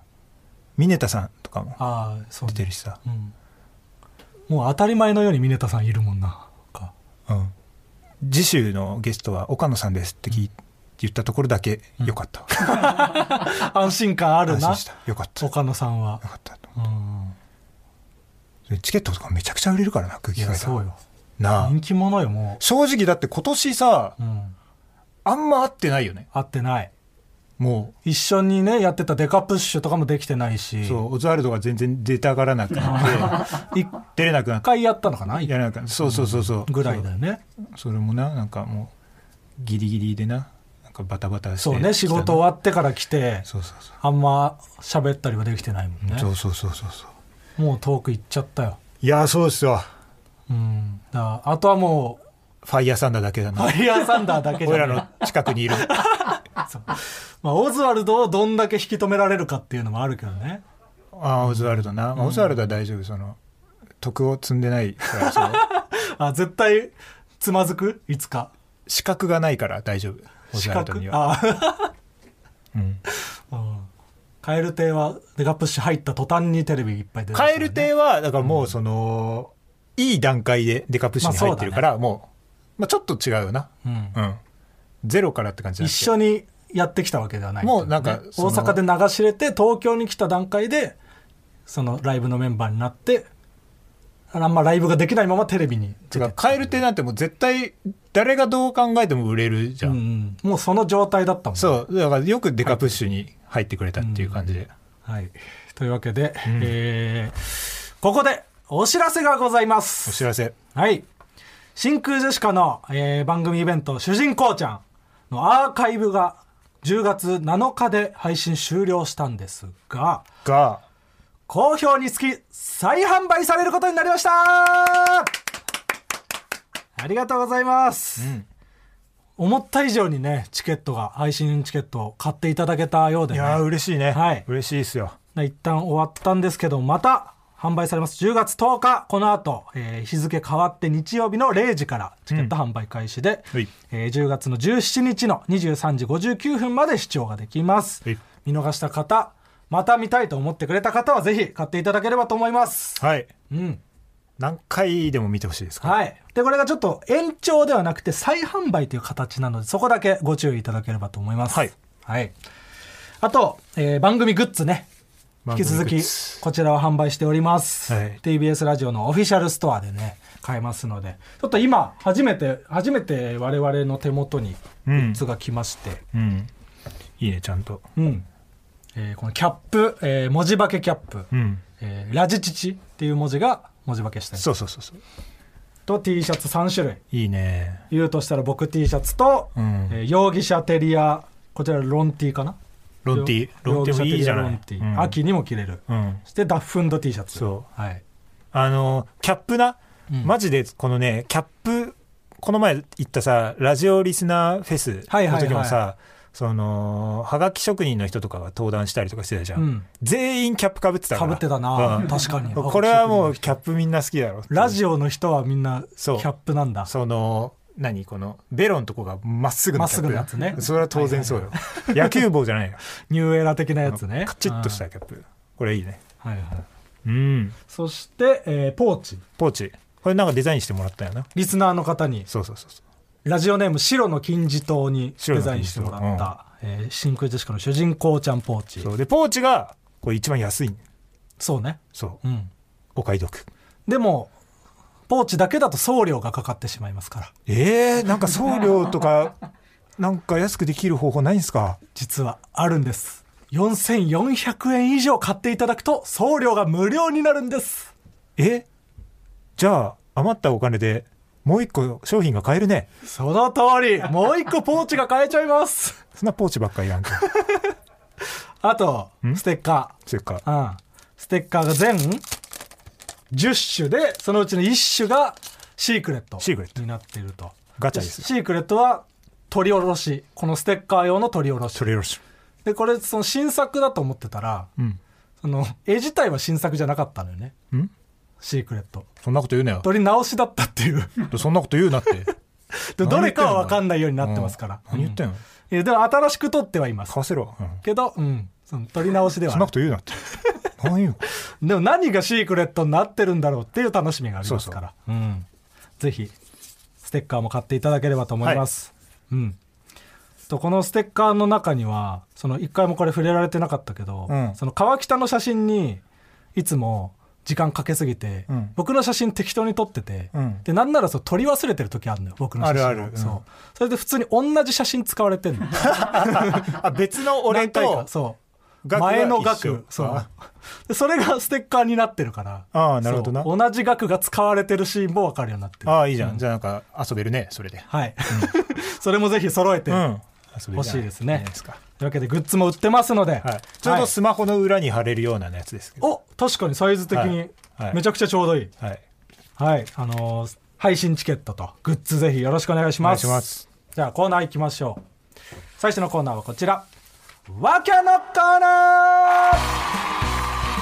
Speaker 2: 峰田さんとかも
Speaker 3: ああそう
Speaker 2: 出てるしさ、
Speaker 3: うんもう当たり前のように峰田さんいるもんなか
Speaker 2: うん、次週のゲストは岡野さんですって聞い言ったところだけよかった、
Speaker 3: 安心感ある
Speaker 2: 安心
Speaker 3: な
Speaker 2: したよかったよ
Speaker 3: 岡野さんは
Speaker 2: かったと
Speaker 3: うん
Speaker 2: でチケットとかめちゃくちゃ売れるからな空
Speaker 3: い
Speaker 2: 気
Speaker 3: や
Speaker 2: 階
Speaker 3: そ
Speaker 2: 段
Speaker 3: うよ
Speaker 2: なあ
Speaker 3: 人気者よも
Speaker 2: 正直だって今年さ
Speaker 3: う、うん、
Speaker 2: あんま会ってないよね
Speaker 3: 会ってない
Speaker 2: も
Speaker 3: 一緒にねやってたデカプッシュとかもできてないし
Speaker 2: うそうオズワルドが全然出たがらなくなって
Speaker 3: 一
Speaker 2: 出れなくなって
Speaker 3: 回やったのかな
Speaker 2: やらなくなってそうそうそうそう
Speaker 3: ぐらいだよね
Speaker 2: それもななんかもうギリギリでななんかバタバタして
Speaker 3: そうね仕事終
Speaker 2: は
Speaker 3: わってから来て
Speaker 2: そうそうそう
Speaker 3: あんま喋ったりはできてないもんね
Speaker 2: そうそうそうそうそう
Speaker 3: もう遠く行っちゃったよ
Speaker 2: いやそうですよ
Speaker 3: うんだからあとはもう
Speaker 2: ファイヤーサンダーだけだ
Speaker 3: フ
Speaker 2: な
Speaker 3: ァイヤーサンダーだけじゃ
Speaker 2: 俺ら
Speaker 3: ない
Speaker 2: の近くにいる
Speaker 3: そうまあ、オズワルドをどんだけ引き止められるかっていうのもあるけどね
Speaker 2: あーオズワルドな、まあオズワルドは大丈夫その徳を積んでないから そう
Speaker 3: あ絶対つまずくいつか
Speaker 2: 資格がないから大丈夫オズ
Speaker 3: 資
Speaker 2: ワルド
Speaker 3: 格
Speaker 2: には
Speaker 3: あ
Speaker 2: うん
Speaker 3: うんカエル亭はデカプッシュ入った途端にテレビいっぱい出てきた
Speaker 2: カ
Speaker 3: ね
Speaker 2: エル亭はだからもうその、いい段階でデカプッシュに入ってるから、もう、まあ、ちょっと違うよな
Speaker 3: うん
Speaker 2: うんゼロからって感じじゃな
Speaker 3: 一
Speaker 2: くて
Speaker 3: 緒にやってきたわけではない
Speaker 2: もうなんか
Speaker 3: ね
Speaker 2: そ
Speaker 3: 大
Speaker 2: の
Speaker 3: 阪で流し入れて東京に来た段階でそのライブのメンバーになってあんまライブができないままテレビに
Speaker 2: てか蛙亭なんてもう絶対誰がどう考えても売れるじ
Speaker 3: う
Speaker 2: ゃ
Speaker 3: ん
Speaker 2: ん、
Speaker 3: うんもうその状態だったもんね
Speaker 2: そうだからよくデカプッシュに入ってくれたっていう感じで、
Speaker 3: はい、というわけで、えーここでお知らせがございま
Speaker 2: お
Speaker 3: す
Speaker 2: 知らせ
Speaker 3: はい。真空ジェシカの、えー番組イベント、主人公ちゃんのアーカイブが10月7日で配信終了したんですが、
Speaker 2: が
Speaker 3: 好評につき再販売されることになりましたありがとうございます、
Speaker 2: ん
Speaker 3: 思った以上にね、チケットが、配信チケットを買っていただけたようで
Speaker 2: い
Speaker 3: ね。
Speaker 2: やー嬉しいね、
Speaker 3: はい
Speaker 2: 嬉しいですよ
Speaker 3: 一旦終わったんですけどまた販売されます10月10日この後、えー日付変わって日曜日の0時からチケット販売開始で、
Speaker 2: はい
Speaker 3: えー10月の17日の23時59分まで視聴ができます、
Speaker 2: はい
Speaker 3: 見逃した方また見たいと思ってくれた方はぜひ買っていただければと思います
Speaker 2: はい
Speaker 3: うん
Speaker 2: 何回でも見てほしいですから、
Speaker 3: はいでこれがちょっと延長ではなくて再販売という形なのでそこだけご注意いただければと思います
Speaker 2: はい、
Speaker 3: はいあと、えー番組グッズね引
Speaker 2: 番
Speaker 3: き
Speaker 2: 組グ
Speaker 3: 続
Speaker 2: ッズ
Speaker 3: きこちらを販売しております、
Speaker 2: はい
Speaker 3: TBS ラジオのオフィシャルストアでね買えますのでちょっと今初めて初めて我々の手元にグッズが来まして、
Speaker 2: うんいいねちゃんと
Speaker 3: うんえーこのキャップ、えー文字化けキャップ、
Speaker 2: うん
Speaker 3: えーラジチチっていう文字が文字化けしたり
Speaker 2: そうそうそうそう
Speaker 3: と T シャツ3種類
Speaker 2: いいね
Speaker 3: 言うとしたら僕 T シャツと、
Speaker 2: うん
Speaker 3: えー容疑者テリアこちらロン T かな
Speaker 2: ロンティロンティもいいじゃない
Speaker 3: 容疑者テリアロン T
Speaker 2: うん
Speaker 3: 秋にも着れる
Speaker 2: うん
Speaker 3: そしてダッフンド T シャツ
Speaker 2: そう
Speaker 3: はい
Speaker 2: あのーキャップな、
Speaker 3: うん
Speaker 2: マジでこのねキャップこの前行ったさラジオリスナーフェス
Speaker 3: はい
Speaker 2: の
Speaker 3: はいはい
Speaker 2: 時もさ、そのはがき職人の人とかが登壇したりとかしてたじゃん、
Speaker 3: うん
Speaker 2: 全員キャップかぶってた
Speaker 3: か
Speaker 2: から
Speaker 3: ぶってたな、
Speaker 2: うん
Speaker 3: 確か に
Speaker 2: これはもうキャップみんな好きだろ
Speaker 3: ラジ
Speaker 2: オ
Speaker 3: オの人はみんなキ
Speaker 2: そ
Speaker 3: ャ
Speaker 2: う
Speaker 3: ップなんだ
Speaker 2: その何このベロのとこがまっすぐのキャップ
Speaker 3: まっすぐのやつね
Speaker 2: それは当然そうよ、野球帽じゃないよ
Speaker 3: ニューエラ的なやつね
Speaker 2: カチッとしたキャップこれいいね
Speaker 3: はいはい
Speaker 2: うん
Speaker 3: そして、えーポーチ
Speaker 2: ポーチこれなんかデザインしてもらったよな
Speaker 3: リスナーの方に
Speaker 2: そうそうそうそう
Speaker 3: ラジオネーム白の金字塔にデザインしてもら
Speaker 2: 白
Speaker 3: っ
Speaker 2: の
Speaker 3: た、えー真空ジェシカの主人公ちゃんポーチそ
Speaker 2: そううでポーチがこれ一番安い
Speaker 3: ね
Speaker 2: そう
Speaker 3: うん
Speaker 2: お買い得
Speaker 3: でもポーチだけだと送料がかかってしまいますから
Speaker 2: えー、なんか送料とか なんか安くできる方法ないんですか
Speaker 3: 実はあるんです4400円以上買っていただくと送料が無料になるんです
Speaker 2: えじゃあ余ったお金でもう一個商品が買えるね
Speaker 3: その通りもう一個ポーチが買えちゃいます
Speaker 2: そんなポーチばっかりやん か
Speaker 3: あとステッカ
Speaker 2: それか
Speaker 3: ーうんステッカーが全10種でそのうちの1種がシークレット
Speaker 2: シークレット
Speaker 3: になっていると
Speaker 2: ガチャですよ
Speaker 3: シークレットは取り下ろしこのステッカー用の取り下ろし
Speaker 2: それよろしい
Speaker 3: でこれその新作だと思ってたら
Speaker 2: うん
Speaker 3: その絵自体は新作じゃなかったのよね
Speaker 2: ん
Speaker 3: シークレット
Speaker 2: そんなこと言うなよ
Speaker 3: 取り直しだったっていう
Speaker 2: そんなこと言うなって
Speaker 3: でどれかは分かんないようになってますから
Speaker 2: 何言ってんの
Speaker 3: うんいやでも新しく取ってはいます
Speaker 2: 買わせろ、うん
Speaker 3: けど、うん、その取り直しでは
Speaker 2: そんな
Speaker 3: ない
Speaker 2: こと言うなって何よ
Speaker 3: でも何がシークレットになってるんだろうっていう楽しみがありますからうん、ぜひステッカーも買っていただければと思います、うんとこのステッカーの中にはその一回もこれ触れられてなかったけど、
Speaker 2: うん
Speaker 3: その川北の写真にいつも時間かけすぎて、
Speaker 2: うん
Speaker 3: 僕の写真適当に撮ってて、
Speaker 2: うん
Speaker 3: でなんならそう撮り忘れてる時あるのよ僕の写真を
Speaker 2: あるあるうん
Speaker 3: そうそれで普通に同じ写真使われてんの
Speaker 2: あ別の俺
Speaker 3: 何回
Speaker 2: と
Speaker 3: かそう
Speaker 2: 額が
Speaker 3: 前の
Speaker 2: 一緒
Speaker 3: 額そう
Speaker 2: あ
Speaker 3: でそれがステッカーになってるから
Speaker 2: ああなるほどな
Speaker 3: そう同じ額が使われてるシーンも分かるようになってる
Speaker 2: ああいいじゃん、
Speaker 3: う
Speaker 2: じゃあなんか遊べるねそれで
Speaker 3: はい、 それもぜひ揃えて、
Speaker 2: うん
Speaker 3: 欲しいですね
Speaker 2: いいじゃないですか
Speaker 3: というわけでグッズも売ってますので、
Speaker 2: はい、ちょう
Speaker 3: は
Speaker 2: ど
Speaker 3: い
Speaker 2: スマホの裏に貼れるようなやつですけど、
Speaker 3: お確かにサイズ的に
Speaker 2: はいはい
Speaker 3: めちゃくちゃちょうどいい
Speaker 2: はい
Speaker 3: はい、あのー配信チケットとグッズぜひよろしくお願いします
Speaker 2: お願いします
Speaker 3: じゃあコーナー行きましょう最初のコーナーはこちらわけのコーナー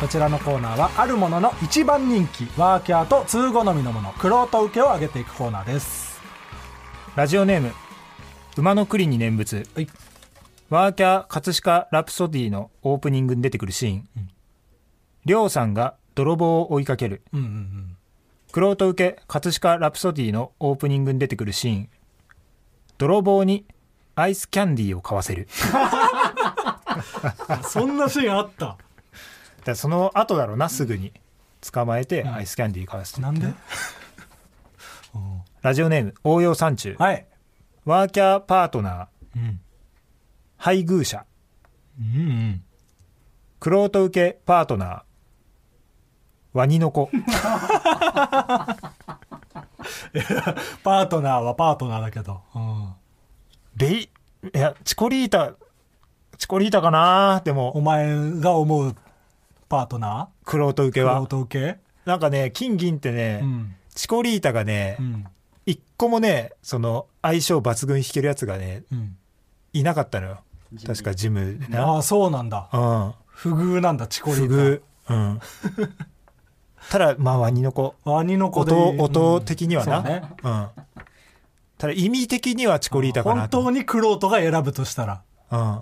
Speaker 3: こちらのコーナーはあるものの一番人気ワーキャーと通好みのものクロート受けを上げていくコーナーです
Speaker 2: ラジオネーム馬の栗に念仏
Speaker 3: はい
Speaker 2: ワーキャー葛飾ラプソディのオープニングに出てくるシーン、りょうさんが泥棒を追いかける
Speaker 3: うんうんうん
Speaker 2: クロート受け葛飾ラプソディのオープニングに出てくるシーン泥棒にアイスキャンディーを買わせ る
Speaker 3: あそんなシーンあった
Speaker 2: だからその後だろうなすぐに捕まえてアイスキャンディー買わせて、
Speaker 3: なんで
Speaker 2: ラジオネーム応用山中、
Speaker 3: はい
Speaker 2: ワーキャーパートナー
Speaker 3: うん
Speaker 2: 配偶者
Speaker 3: うんうん
Speaker 2: クロート受けパートナーワニの 子
Speaker 3: パートナーはパートナーだけど、うん、
Speaker 2: ベイいやチコリータチコリータかなで
Speaker 3: お
Speaker 2: も
Speaker 3: 前が思うパートナ
Speaker 2: クロート受け
Speaker 3: ーロー
Speaker 2: は
Speaker 3: ト受け
Speaker 2: なんかね金銀ってね、
Speaker 3: うん
Speaker 2: チコリータがね、
Speaker 3: うん
Speaker 2: 一個もねその相性抜群弾けるやつがね
Speaker 3: うん
Speaker 2: いなかったのよ確かジムで
Speaker 3: あ
Speaker 2: な
Speaker 3: あそうなんだ
Speaker 2: うん
Speaker 3: 不遇なんだチコリ
Speaker 2: 不
Speaker 3: ー
Speaker 2: 遇うん ただまあワニの子
Speaker 3: タワニの子で
Speaker 2: 音音
Speaker 3: うん
Speaker 2: 的にはな、
Speaker 3: そうね
Speaker 2: うんただ意味的にはチコリータかな
Speaker 3: 本
Speaker 2: と
Speaker 3: 当にクロートが選ぶとしたら、
Speaker 2: うん
Speaker 3: うん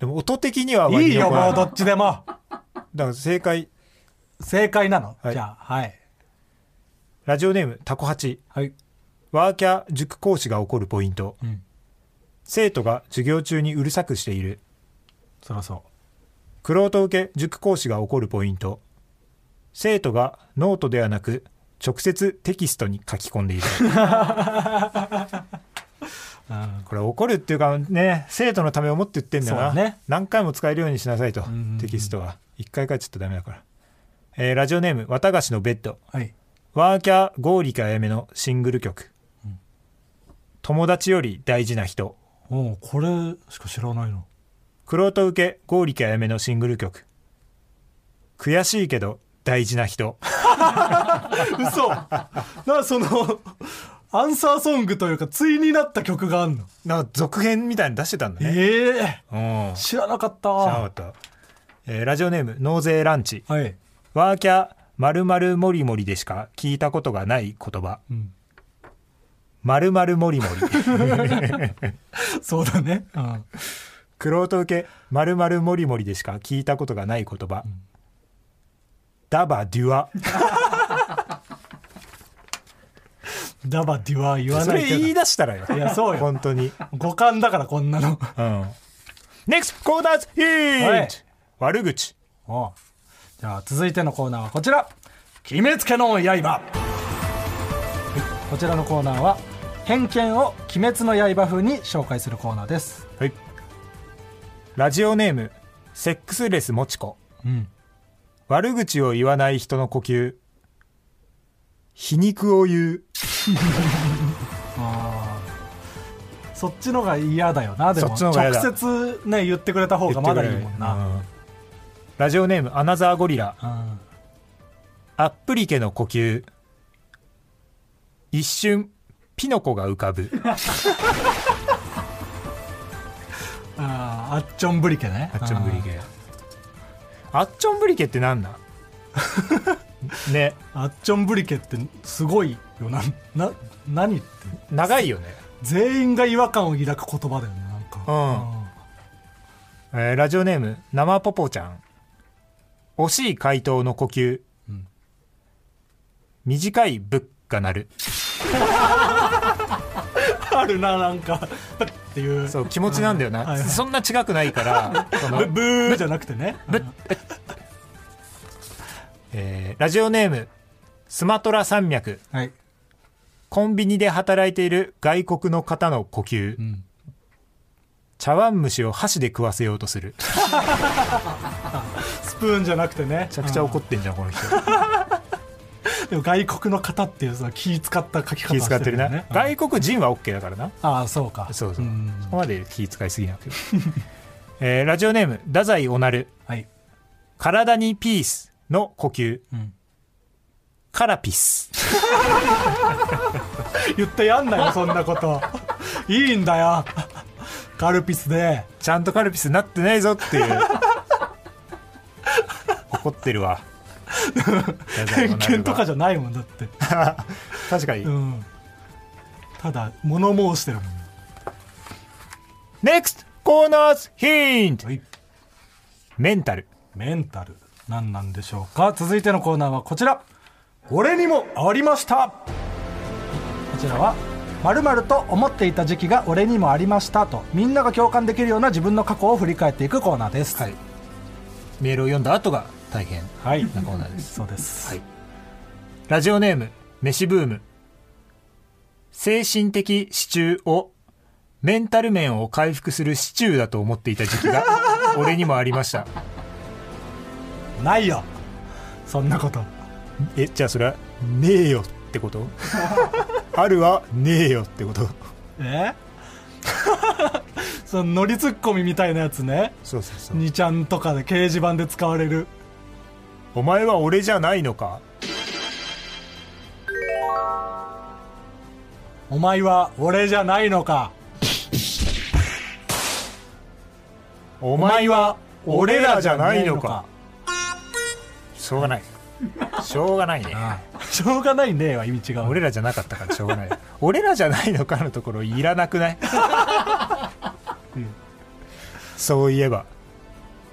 Speaker 2: でも音的には割
Speaker 3: いい
Speaker 2: に
Speaker 3: よ
Speaker 2: 良くな
Speaker 3: もうどっちでも
Speaker 2: だから正解
Speaker 3: 正解なの、
Speaker 2: はい
Speaker 3: じゃあはい
Speaker 2: ラジオネームタコハチ
Speaker 3: はい、
Speaker 2: ワーキャー塾講師が起こるポイント
Speaker 3: うん、
Speaker 2: 生徒が授業中にうるさくしている
Speaker 3: そらそ
Speaker 2: クロート受け塾講師が起こるポイント生徒がノートではなく直接テキストに書き込んでい る
Speaker 3: う、うん、
Speaker 2: これ怒るっていうかね生徒のためを思って言ってんだよ
Speaker 3: そ
Speaker 2: な、
Speaker 3: うだね
Speaker 2: 何回も使えるようにしなさいと
Speaker 3: んうんうん
Speaker 2: テキストは一回書いちゃったらダメだから、えーラジオネーム綿菓子のベッド
Speaker 3: はい
Speaker 2: ワーキャーゴーリカやめのシングル曲、友達より大事な人
Speaker 3: おうこれしか知らないの
Speaker 2: クロート受けゴーリキあやめのシングル曲悔しいけど大事な人
Speaker 3: 嘘なそのアンサーソングというか対になった曲があんの
Speaker 2: なんか続編みたいに出してたんだね、
Speaker 3: ええ
Speaker 2: うん知
Speaker 3: 知らなかった
Speaker 2: らなかった、えーラジオネーム納税ランチ
Speaker 3: はい、
Speaker 2: ワーキャまるまるもりもりでしか聞いたことがない言葉
Speaker 3: うん、
Speaker 2: まるまるもりもり
Speaker 3: そうだね、うん、
Speaker 2: クロート受けまるまるもりもりでしか聞いたことがない言葉、ダバデュア
Speaker 3: ダバデュは言わ
Speaker 2: そ
Speaker 3: な
Speaker 2: れ
Speaker 3: いけど
Speaker 2: 言い出したらよ
Speaker 3: いやそうよ
Speaker 2: 本当に
Speaker 3: 五感だからこんなの
Speaker 2: うん NEXT コーナーズ
Speaker 3: は
Speaker 2: ヒン
Speaker 3: い
Speaker 2: ト悪口
Speaker 3: おうじゃあ続いてのコーナーはこちら決めつけの刃はいこちらのコーナーは偏見を鬼滅の刃風に紹介するコーナーです
Speaker 2: はいラジオネームセックスレスもちこ
Speaker 3: うん
Speaker 2: 悪口を言わない人の呼吸皮肉を言う
Speaker 3: あーそっちのが嫌だよなでも
Speaker 2: そっちのが嫌だ
Speaker 3: 直接ね言ってくれた方がまだいいもんな、
Speaker 2: うんラジオネームアナザーゴリラ
Speaker 3: うん
Speaker 2: アップリケの呼吸一瞬ピノコが浮かぶ
Speaker 3: あーあっちょんぶりけね
Speaker 2: あっちょんぶりけあっちょんぶりけってなん だね
Speaker 3: あっちょんぶりけってすごいよなな何って
Speaker 2: 長いよね、
Speaker 3: 全員が違和感を抱く言葉だよねなん
Speaker 2: う
Speaker 3: か、
Speaker 2: んえーラジオネーム生ポポちゃん惜しい回答の呼吸、
Speaker 3: ん
Speaker 2: 短いブッが鳴る
Speaker 3: あるななんか っていう
Speaker 2: そう気持ちなんだよな、
Speaker 3: はいはい
Speaker 2: そんな違くないから その
Speaker 3: ブブーじゃなくてね
Speaker 2: えーラジオネームスマトラ山脈
Speaker 3: はい、
Speaker 2: コンビニで働いている外国の方の呼吸、
Speaker 3: うん、
Speaker 2: 茶碗蒸しを箸で食わせようとするめ
Speaker 3: スプーンじゃなくてねめ
Speaker 2: ちゃくちゃ怒ってんじゃんこの 人
Speaker 3: でも外国の方っていうその気使った書き方
Speaker 2: 気
Speaker 3: を
Speaker 2: 使ってるな、
Speaker 3: ねうん
Speaker 2: 外国人は OK だからな
Speaker 3: ああそうか
Speaker 2: そうそう、
Speaker 3: ん
Speaker 2: そこまで気使いすぎなくても、 えーラジオネーム太宰おなる
Speaker 3: はい、
Speaker 2: 体にピースの呼吸
Speaker 3: うん、
Speaker 2: カラピス
Speaker 3: 言ってやんなよそんなこと いいんだよカルピスで
Speaker 2: ちゃんとカルピスなってないぞっていう 怒ってるわ太宰お
Speaker 3: 偏
Speaker 2: なる
Speaker 3: 見
Speaker 2: が
Speaker 3: とかじゃないもんだって、
Speaker 2: 確かに、
Speaker 3: うん、ただ物申してるもん、ね
Speaker 2: NEXT コーナーズヒント
Speaker 3: はい、
Speaker 2: メンタル
Speaker 3: メンタル何なんでしょうか続いてのコーナーはこちら俺にもありましたこちらは〇〇と思っていた時期が俺にもありましたとみんなが共感できるような自分の過去を振り返っていくコーナーです
Speaker 2: はい、メールを読んだ後が大変
Speaker 3: はい
Speaker 2: なコーナーです
Speaker 3: そうです、
Speaker 2: はいラジオネーム飯ブーム精神的支柱をメンタル面を回復する支柱だと思っていた時期 が俺にもありました
Speaker 3: ないよそんなこと
Speaker 2: えじゃあそれはねえよってこと あるはねえよってこと
Speaker 3: え そのノリツッコミみたいなやつね
Speaker 2: そうそうそう
Speaker 3: 2ちゃんとかで掲示板で使われる
Speaker 2: お前は俺じゃないのか
Speaker 3: お前は俺じゃないのか
Speaker 2: お
Speaker 3: お前
Speaker 2: 前は
Speaker 3: は
Speaker 2: 俺らじゃないのかしょうがないしょうがないね
Speaker 3: しょうがないねは意味違う
Speaker 2: 俺らじゃなかったからしょうがない 俺らじゃないのかのところいらなくない、 そういえば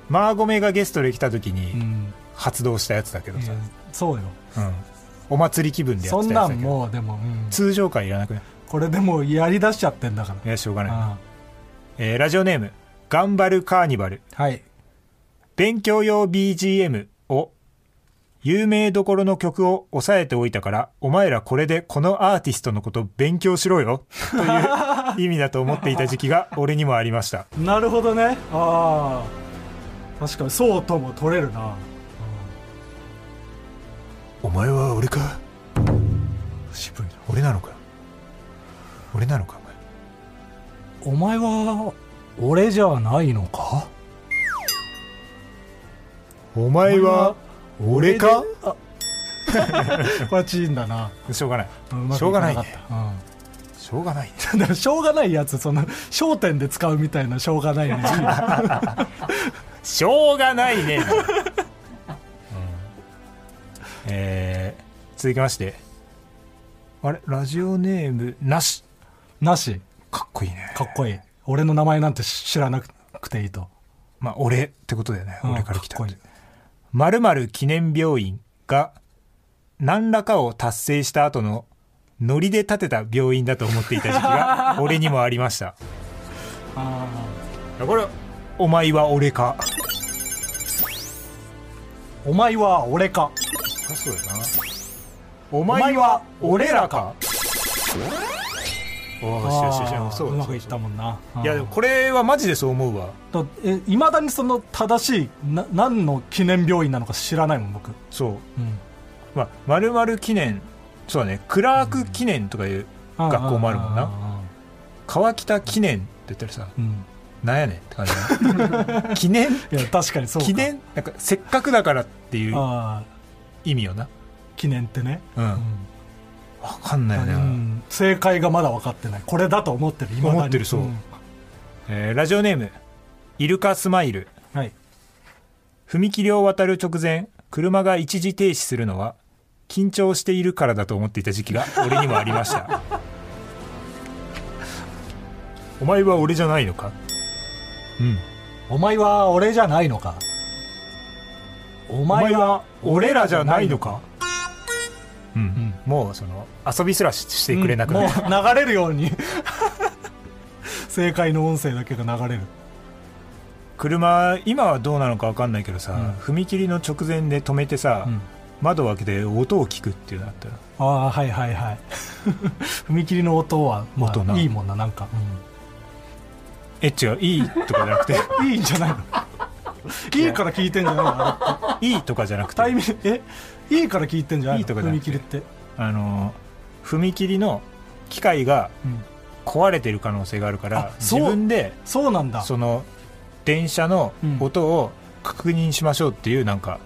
Speaker 2: マーゴメがゲストで来た時
Speaker 3: う
Speaker 2: に
Speaker 3: ん
Speaker 2: 発動したやつだけど
Speaker 3: い
Speaker 2: さ
Speaker 3: や、そうよ
Speaker 2: うんお祭り気分でや
Speaker 3: そ
Speaker 2: って
Speaker 3: ん
Speaker 2: たや
Speaker 3: な
Speaker 2: つだ
Speaker 3: ん
Speaker 2: けど
Speaker 3: もうでも、うん
Speaker 2: 通常感いらなくない
Speaker 3: これでもうやりだしちゃってんだか
Speaker 2: い
Speaker 3: ら
Speaker 2: やしょうがない、
Speaker 3: あ
Speaker 2: えーラジオネーム「頑張るカーニバル
Speaker 3: あはい」
Speaker 2: 勉強用 BGM を有名どころの曲を押さえておいたからお前らこれでこのアーティストのこと勉強しろよという意味だと思っていた時期が 俺にもありました
Speaker 3: なるほどねああ確かにそうとも取れるな
Speaker 2: お前は俺か
Speaker 3: 渋いな
Speaker 2: 俺なのか俺なのか
Speaker 3: お前は俺じゃないのか
Speaker 2: お前お前は俺か
Speaker 3: あこれはチーンだな
Speaker 2: しょうがない
Speaker 3: うんうまく
Speaker 2: しょうがない
Speaker 3: かっ
Speaker 2: ね
Speaker 3: たうん
Speaker 2: しょうがないね
Speaker 3: だからしょうがないやつその『笑点』で使うみたいなしょうがないのいいよ
Speaker 2: しょうがないね、えー続きましてあれラジオネームなし
Speaker 3: なし
Speaker 2: かっこいいね
Speaker 3: かっこいい俺の名前なんて知らなくていいと、
Speaker 2: まあ俺ってことだよね、
Speaker 3: うん
Speaker 2: 俺から来た
Speaker 3: か
Speaker 2: っ
Speaker 3: ってこいい
Speaker 2: まるまる記念病院が何らかを達成した後のノリで建てた病院だと思っていた時期が俺にもありました
Speaker 3: あ
Speaker 2: これお前は俺か
Speaker 3: ーお前は俺か
Speaker 2: そうだなお前は俺らかおーよしよしよ
Speaker 3: あ
Speaker 2: し
Speaker 3: ー
Speaker 2: そうだ
Speaker 3: うま
Speaker 2: そう
Speaker 3: く
Speaker 2: だ
Speaker 3: いったもんない
Speaker 2: やでもこれはマジでそう思うわ
Speaker 3: いまだにその正しいな何の記念病院なのか知らないもん僕、
Speaker 2: そう
Speaker 3: うん
Speaker 2: まあ丸々記念そうだねクラーク記念とかいう学校もあるもんな
Speaker 3: な
Speaker 2: 川北記念って言ったらさ
Speaker 3: うん
Speaker 2: なんやねんって感じだね 記念
Speaker 3: いや確かにそうか
Speaker 2: 記念なんかせっかくだからっていう
Speaker 3: あー
Speaker 2: 意味よな
Speaker 3: 記念ってね、
Speaker 2: うんわかんないよね、
Speaker 3: うん正解がまだ分かってないこれだと思ってる今
Speaker 2: 思ってるそうんえーラジオネームイルカスマイル
Speaker 3: はい
Speaker 2: 踏切を渡る直前車が一時停止するのは緊張しているからだと思っていた時期が俺にもありました お前は俺じゃないのかうん
Speaker 3: お前は俺じゃないのかお
Speaker 2: お前
Speaker 3: 前は
Speaker 2: は俺らじゃないのかうん、もうその遊びすらししてくれなくなった、
Speaker 3: うんもう流れるように 正解の音声だけが流れる
Speaker 2: 車今はどうなのか分かんないけどさ、踏切の直前で止めてさ、
Speaker 3: うん
Speaker 2: 窓を開けて音を聞くっていうのあったら
Speaker 3: ああはいはいはい 踏切の音は、まあ
Speaker 2: 音ない
Speaker 3: いもんななんか、
Speaker 2: え違ういいとかじゃなく て
Speaker 3: いいんじゃないのいいから聞いてんじゃないの あれ
Speaker 2: いいとかじゃなくて
Speaker 3: タイミングえいいから聞いてんじゃないの
Speaker 2: いいとかじゃな
Speaker 3: 踏
Speaker 2: くて
Speaker 3: 切って、
Speaker 2: あの踏切の機械が
Speaker 3: うん
Speaker 2: 壊れてる可能性があるから
Speaker 3: あそ
Speaker 2: 自
Speaker 3: う
Speaker 2: 分で
Speaker 3: そうなんだ
Speaker 2: その電車の音を確認しましょうっていうなんか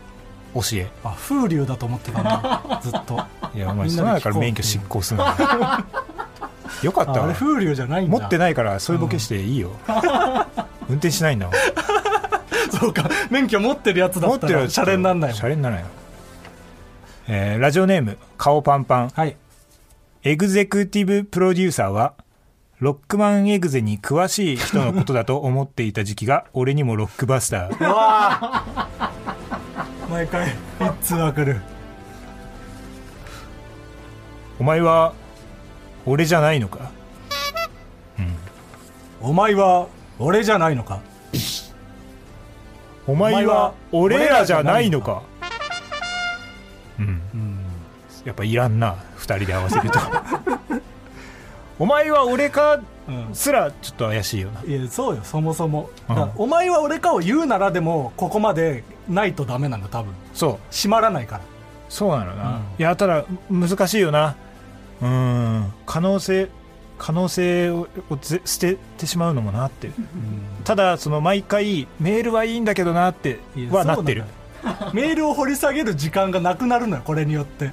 Speaker 2: 教え、
Speaker 3: あ風流だと思ってたんだ ずっと
Speaker 2: いやお前
Speaker 3: みん
Speaker 2: その
Speaker 3: なで聞こう
Speaker 2: 中から免許執行するのよよかった
Speaker 3: ああれ
Speaker 2: わ
Speaker 3: 風流じゃないん
Speaker 2: 持
Speaker 3: だ
Speaker 2: ってないからそういうボケしていい よ、運転しないんだもん
Speaker 3: そうか免許持ってるやつだ
Speaker 2: 持
Speaker 3: っ
Speaker 2: ったてる
Speaker 3: らシャレになんないもん
Speaker 2: シャレにならないよえーラジオネーム顔パンパン
Speaker 3: はい
Speaker 2: エグゼクティブプロデューサーはロックマンエグゼに詳しい人のことだと思っていた時期 が俺にもロックバスター
Speaker 3: わあ毎回いつわかる
Speaker 2: お前は俺じゃないのか
Speaker 3: お前は俺じゃないのか
Speaker 2: お前は俺らじゃないのかうん、やっぱいらんな二人で合わせ るとお前は俺か
Speaker 3: うん
Speaker 2: すらちょっと怪しいよない
Speaker 3: やそうよそもそも、
Speaker 2: うん
Speaker 3: だからお前は俺かを言うならでもここまでないとダメなんだ多分
Speaker 2: そう
Speaker 3: 閉まらないから
Speaker 2: そうなのな、
Speaker 3: うん
Speaker 2: いやただ難しいよなうん可能性可能性ををぜ捨ててしまうのもなってただその毎回メールはいいんだけどなって
Speaker 3: いや
Speaker 2: は
Speaker 3: そう
Speaker 2: なってる
Speaker 3: なんだよメールを掘り下げる時間がなくなるのよこれによって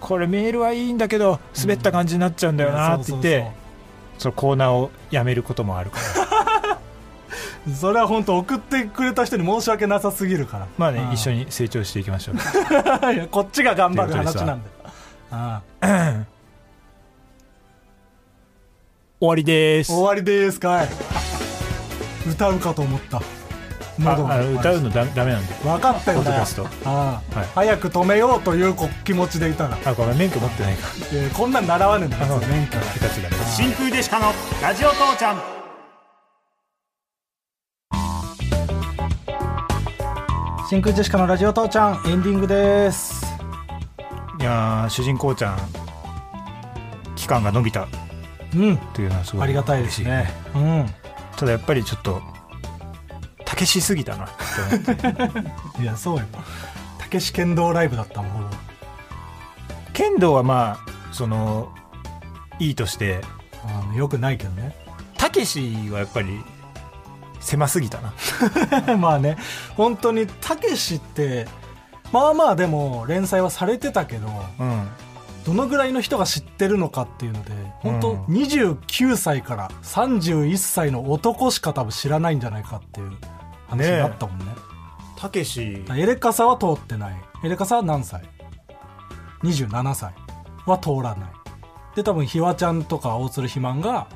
Speaker 2: これメールはいいんだけど滑った感じになっちゃうんだよなって言って、
Speaker 3: いやそうそうそう
Speaker 2: そのコーナーをやめることもあるから
Speaker 3: それは本当送ってくれた人に申し訳なさすぎるから
Speaker 2: まあね一緒
Speaker 3: に
Speaker 2: に成長していきましょう
Speaker 3: いやこっちが頑張る話なんだよああ
Speaker 2: 終わりです
Speaker 3: 終わりですかい歌うかと思った
Speaker 2: あ
Speaker 3: 喉が
Speaker 2: あ歌うのだダメなんで
Speaker 3: 分かったよ
Speaker 2: ポッドキャスト
Speaker 3: ああ
Speaker 2: はい
Speaker 3: 早く止めようというこ気持ちでいたら、
Speaker 2: あこれ免許持ってないか
Speaker 3: えーこんなん習わねえんだよ免許
Speaker 2: 下手すりゃね
Speaker 5: 真空でしかのラジオ父ちゃん
Speaker 3: 真空ジェシカのラジオ父ちゃんエンディングです
Speaker 2: いやー主人公ちゃん期間が伸びた
Speaker 3: うん
Speaker 2: というのはすごい
Speaker 3: ありがたいですねう
Speaker 2: ただやっぱりちょっとたけしすぎたなって 思って
Speaker 3: んいやそうよたけし剣道ライブだったもんほぼ
Speaker 2: 剣道はまあそのいいとして
Speaker 3: あのよくないけどね
Speaker 2: たけしはやっぱり狭すぎたな
Speaker 3: まあね本当にたけしってまあまあでも連載はされてたけど
Speaker 2: うん
Speaker 3: どのぐらいの人が知ってるのかっていうので本当
Speaker 2: うん
Speaker 3: 29歳から31歳の男しか多分知らないんじゃないかっていう話になったもんね
Speaker 2: たけし
Speaker 3: エレカサは通ってないエレカサは何歳 ?27 歳は通らないで多分ひわちゃんとか大鶴ひまんが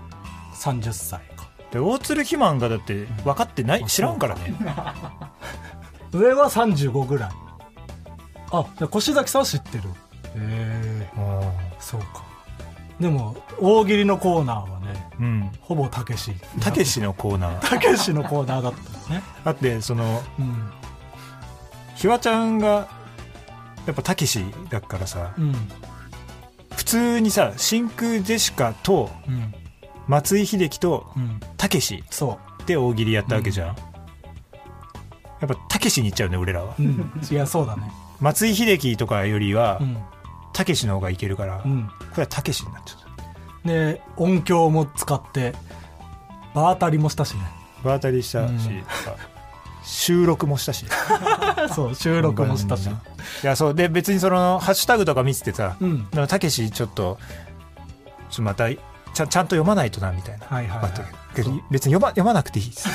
Speaker 3: 30歳か
Speaker 2: で大鶴肥満がだって分かってない知らんからね
Speaker 3: 上は35ぐらいあじゃあ越崎さんは知ってるへえそうかでも大喜利のコーナーはね
Speaker 2: うん
Speaker 3: ほぼたけした
Speaker 2: けしのコーナー
Speaker 3: たけしのコーナーだったのね、
Speaker 2: だってその
Speaker 3: うん
Speaker 2: ひわちゃんがやっぱたけしだからさ
Speaker 3: うん
Speaker 2: 普通にさ真空ジェシカと
Speaker 3: うん
Speaker 2: 松井秀喜と
Speaker 3: うん
Speaker 2: たけし
Speaker 3: そ
Speaker 2: で大喜利やったわけじゃん、やっぱたけしに行っちゃうね俺らは
Speaker 3: う、うん、いやそうだね
Speaker 2: 松井秀喜とかよりは
Speaker 3: うん
Speaker 2: たけしの方がいけるから、
Speaker 3: う
Speaker 2: こ
Speaker 3: ん
Speaker 2: れはたけしになっちゃった
Speaker 3: で音響も使って場当たりもした しね
Speaker 2: 場当たりしたし、
Speaker 3: うん
Speaker 2: 収録もしたし
Speaker 3: そう収録もしたし
Speaker 2: いやそうで別にそのハッシュタグとか見ててさ
Speaker 3: うん
Speaker 2: でもたけしちょっとちょまたちゃんちゃんと読まないとなみたいな、
Speaker 3: はいはいはい
Speaker 2: あったけど別に読ま読まなくていいです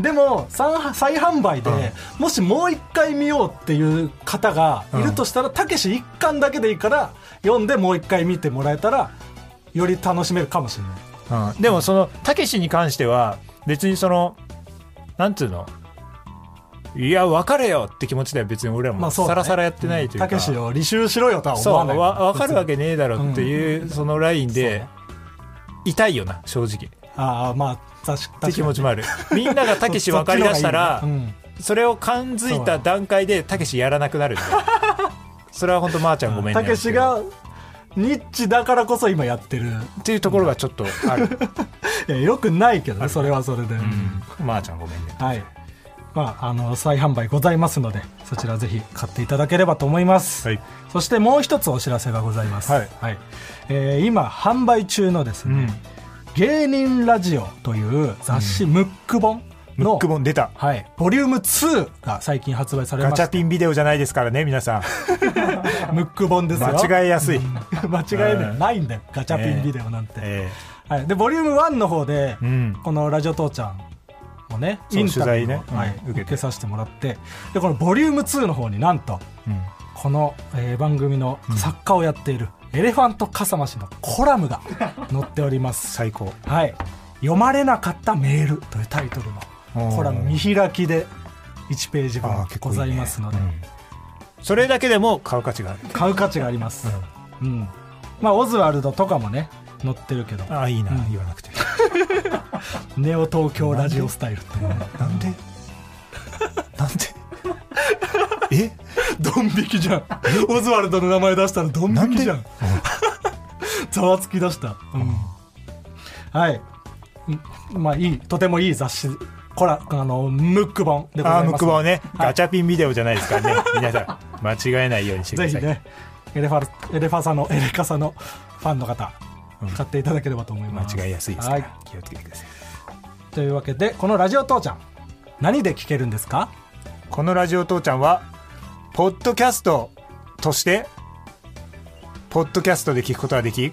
Speaker 3: でも再再販売で、もしもう一回見ようっていう方がいるとしたらたけし一巻だけでいいから読んでもう一回見てもらえたらより楽しめるかもしれない
Speaker 2: うん、でもそのたけしに関しては別にそのなんつうのいや別れよって気持ちでは別に俺らも
Speaker 3: う
Speaker 2: さ
Speaker 3: だね
Speaker 2: らさらやってないというか、
Speaker 3: たけしを履修しろよとは思
Speaker 2: そ
Speaker 3: わ
Speaker 2: う
Speaker 3: ない
Speaker 2: わ分かるわけねえだろっていう、そのラインで、痛いよな正直っ
Speaker 3: ああまあ確か確か
Speaker 2: て
Speaker 3: に
Speaker 2: 気持ちもあるみんながたけし分かりだしたら
Speaker 3: そっちの方がいいね
Speaker 2: それを感づいた段階でたけしやらなくなるんで それは本当まーちゃんご
Speaker 3: う
Speaker 2: め
Speaker 3: ん
Speaker 2: んね
Speaker 3: たけしがニッチだからこそ今やってる
Speaker 2: っていうところがちょっとある、
Speaker 3: いやよくないけどねそれはそれで、
Speaker 2: まーちゃんごめんね
Speaker 3: はいまああの再販売ございますのでそちらぜひ買っていただければと思います、
Speaker 2: はい
Speaker 3: そしてもう一つお知らせがございます、
Speaker 2: はい
Speaker 3: えー今販売中のですね、
Speaker 2: うん
Speaker 3: 芸人ラジオという雑誌ムック本
Speaker 2: ム
Speaker 3: の、
Speaker 2: ック本出た
Speaker 3: はい、ボリューム2が最近発売されま
Speaker 2: ガ
Speaker 3: し
Speaker 2: チ
Speaker 3: た
Speaker 2: ャピンビデオじゃないですからね皆さん
Speaker 3: ムック本 ですよ
Speaker 2: 間違えやすい、
Speaker 3: 間違いで
Speaker 2: うん
Speaker 3: ないんだよガチャピンビデオなんて、
Speaker 2: え
Speaker 3: はい、でボリューム1の方で、
Speaker 2: うん
Speaker 3: この「ラジオ父ちゃん」もね
Speaker 2: そう
Speaker 3: インタビューを
Speaker 2: 取材ねうん
Speaker 3: はい
Speaker 2: 受けて
Speaker 3: 受けさせてもらってでこのボリューム2の方になんと
Speaker 2: えうん
Speaker 3: この、えー番組の作家をやっている、エレファント笠間氏のコ ラムが載っております、
Speaker 2: 最高
Speaker 3: はい、読まれなかったメールというタイトルのコラム
Speaker 2: うん
Speaker 3: 見開きで1ページ分
Speaker 2: ああ結構
Speaker 3: ご
Speaker 2: ね
Speaker 3: ざいますので
Speaker 2: うんそれだけでも買う価値がある
Speaker 3: 買う価値があります、うんまあオズワルドとかもね載ってるけど
Speaker 2: ああいいな、
Speaker 3: うん
Speaker 2: 言わな くて
Speaker 3: ネオ東京ラジオスタイルっていうのが
Speaker 2: なん でなんでえ
Speaker 3: ドン引きじゃん。オズワルドの名前出したらドン引きじゃん。 ざわつき出した。うんはい。んまあいい、とてもいい雑誌。こら、あの、ムック本でご
Speaker 2: あ
Speaker 3: ざ
Speaker 2: あ
Speaker 3: い
Speaker 2: ム
Speaker 3: ま
Speaker 2: ッ
Speaker 3: す。
Speaker 2: ク本ね、
Speaker 3: はい
Speaker 2: ガチャピンビデオじゃないですからね皆 さん間違えないようにしてく
Speaker 3: ぜ
Speaker 2: だ
Speaker 3: ひ
Speaker 2: さい
Speaker 3: ね、エレファル、エレファサの、エレカサのファンの方、買っていただければと思います。
Speaker 2: 間違いやすいですから、
Speaker 3: は
Speaker 2: 気をつけてください
Speaker 3: というわけで、このラジオ父ちゃん、何で聞けるんですか
Speaker 2: このラジオ父ちゃんはポッドキャストとしてポッドキャストで聞くことができ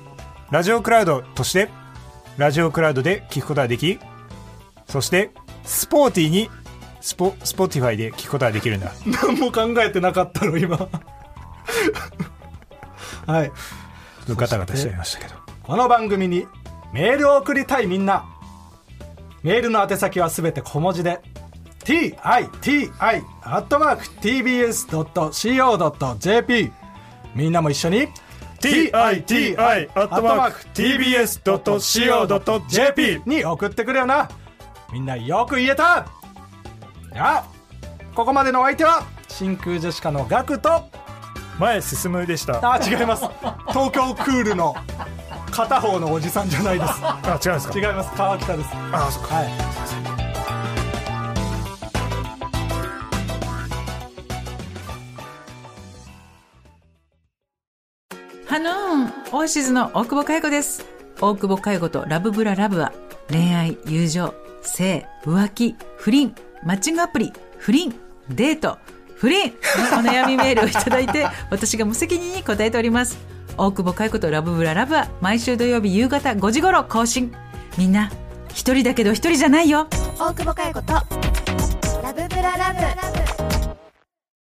Speaker 2: ラジオクラウドとしてラジオクラウドで聞くことができそしてスポーティーにスポスポティファイで聞くことができるんだ
Speaker 3: 何も考えてなかったの、今。 はい。
Speaker 2: ガタガタしちゃいましたけど
Speaker 3: この番組にメールを送りたいみんなメールの宛先はすべて小文字で titi.tbs.co.jp みんなも一緒に
Speaker 2: titi@tbs.co.jp
Speaker 3: に送ってくれよなみんなよく言えたじゃあここまでのお相手は真空ジェシカのガクと
Speaker 2: 前進むでした
Speaker 3: あ違います東京クールの片方のおじさんじゃないです
Speaker 2: あ違うんですか
Speaker 3: 違います川北です
Speaker 2: あそっか
Speaker 3: はい
Speaker 6: ハノーンオーシズの大久保佳代子です大久保佳代子とラブブララブは恋愛友情性浮気不倫マッチングアプリ不倫デートフ不倫のお悩みメールをいただいて私が無責任に答えております大久保佳代子とラブブララブは毎週土曜日夕方5時頃更新みんな一人だけど一人じゃないよ
Speaker 7: 大久保佳代子と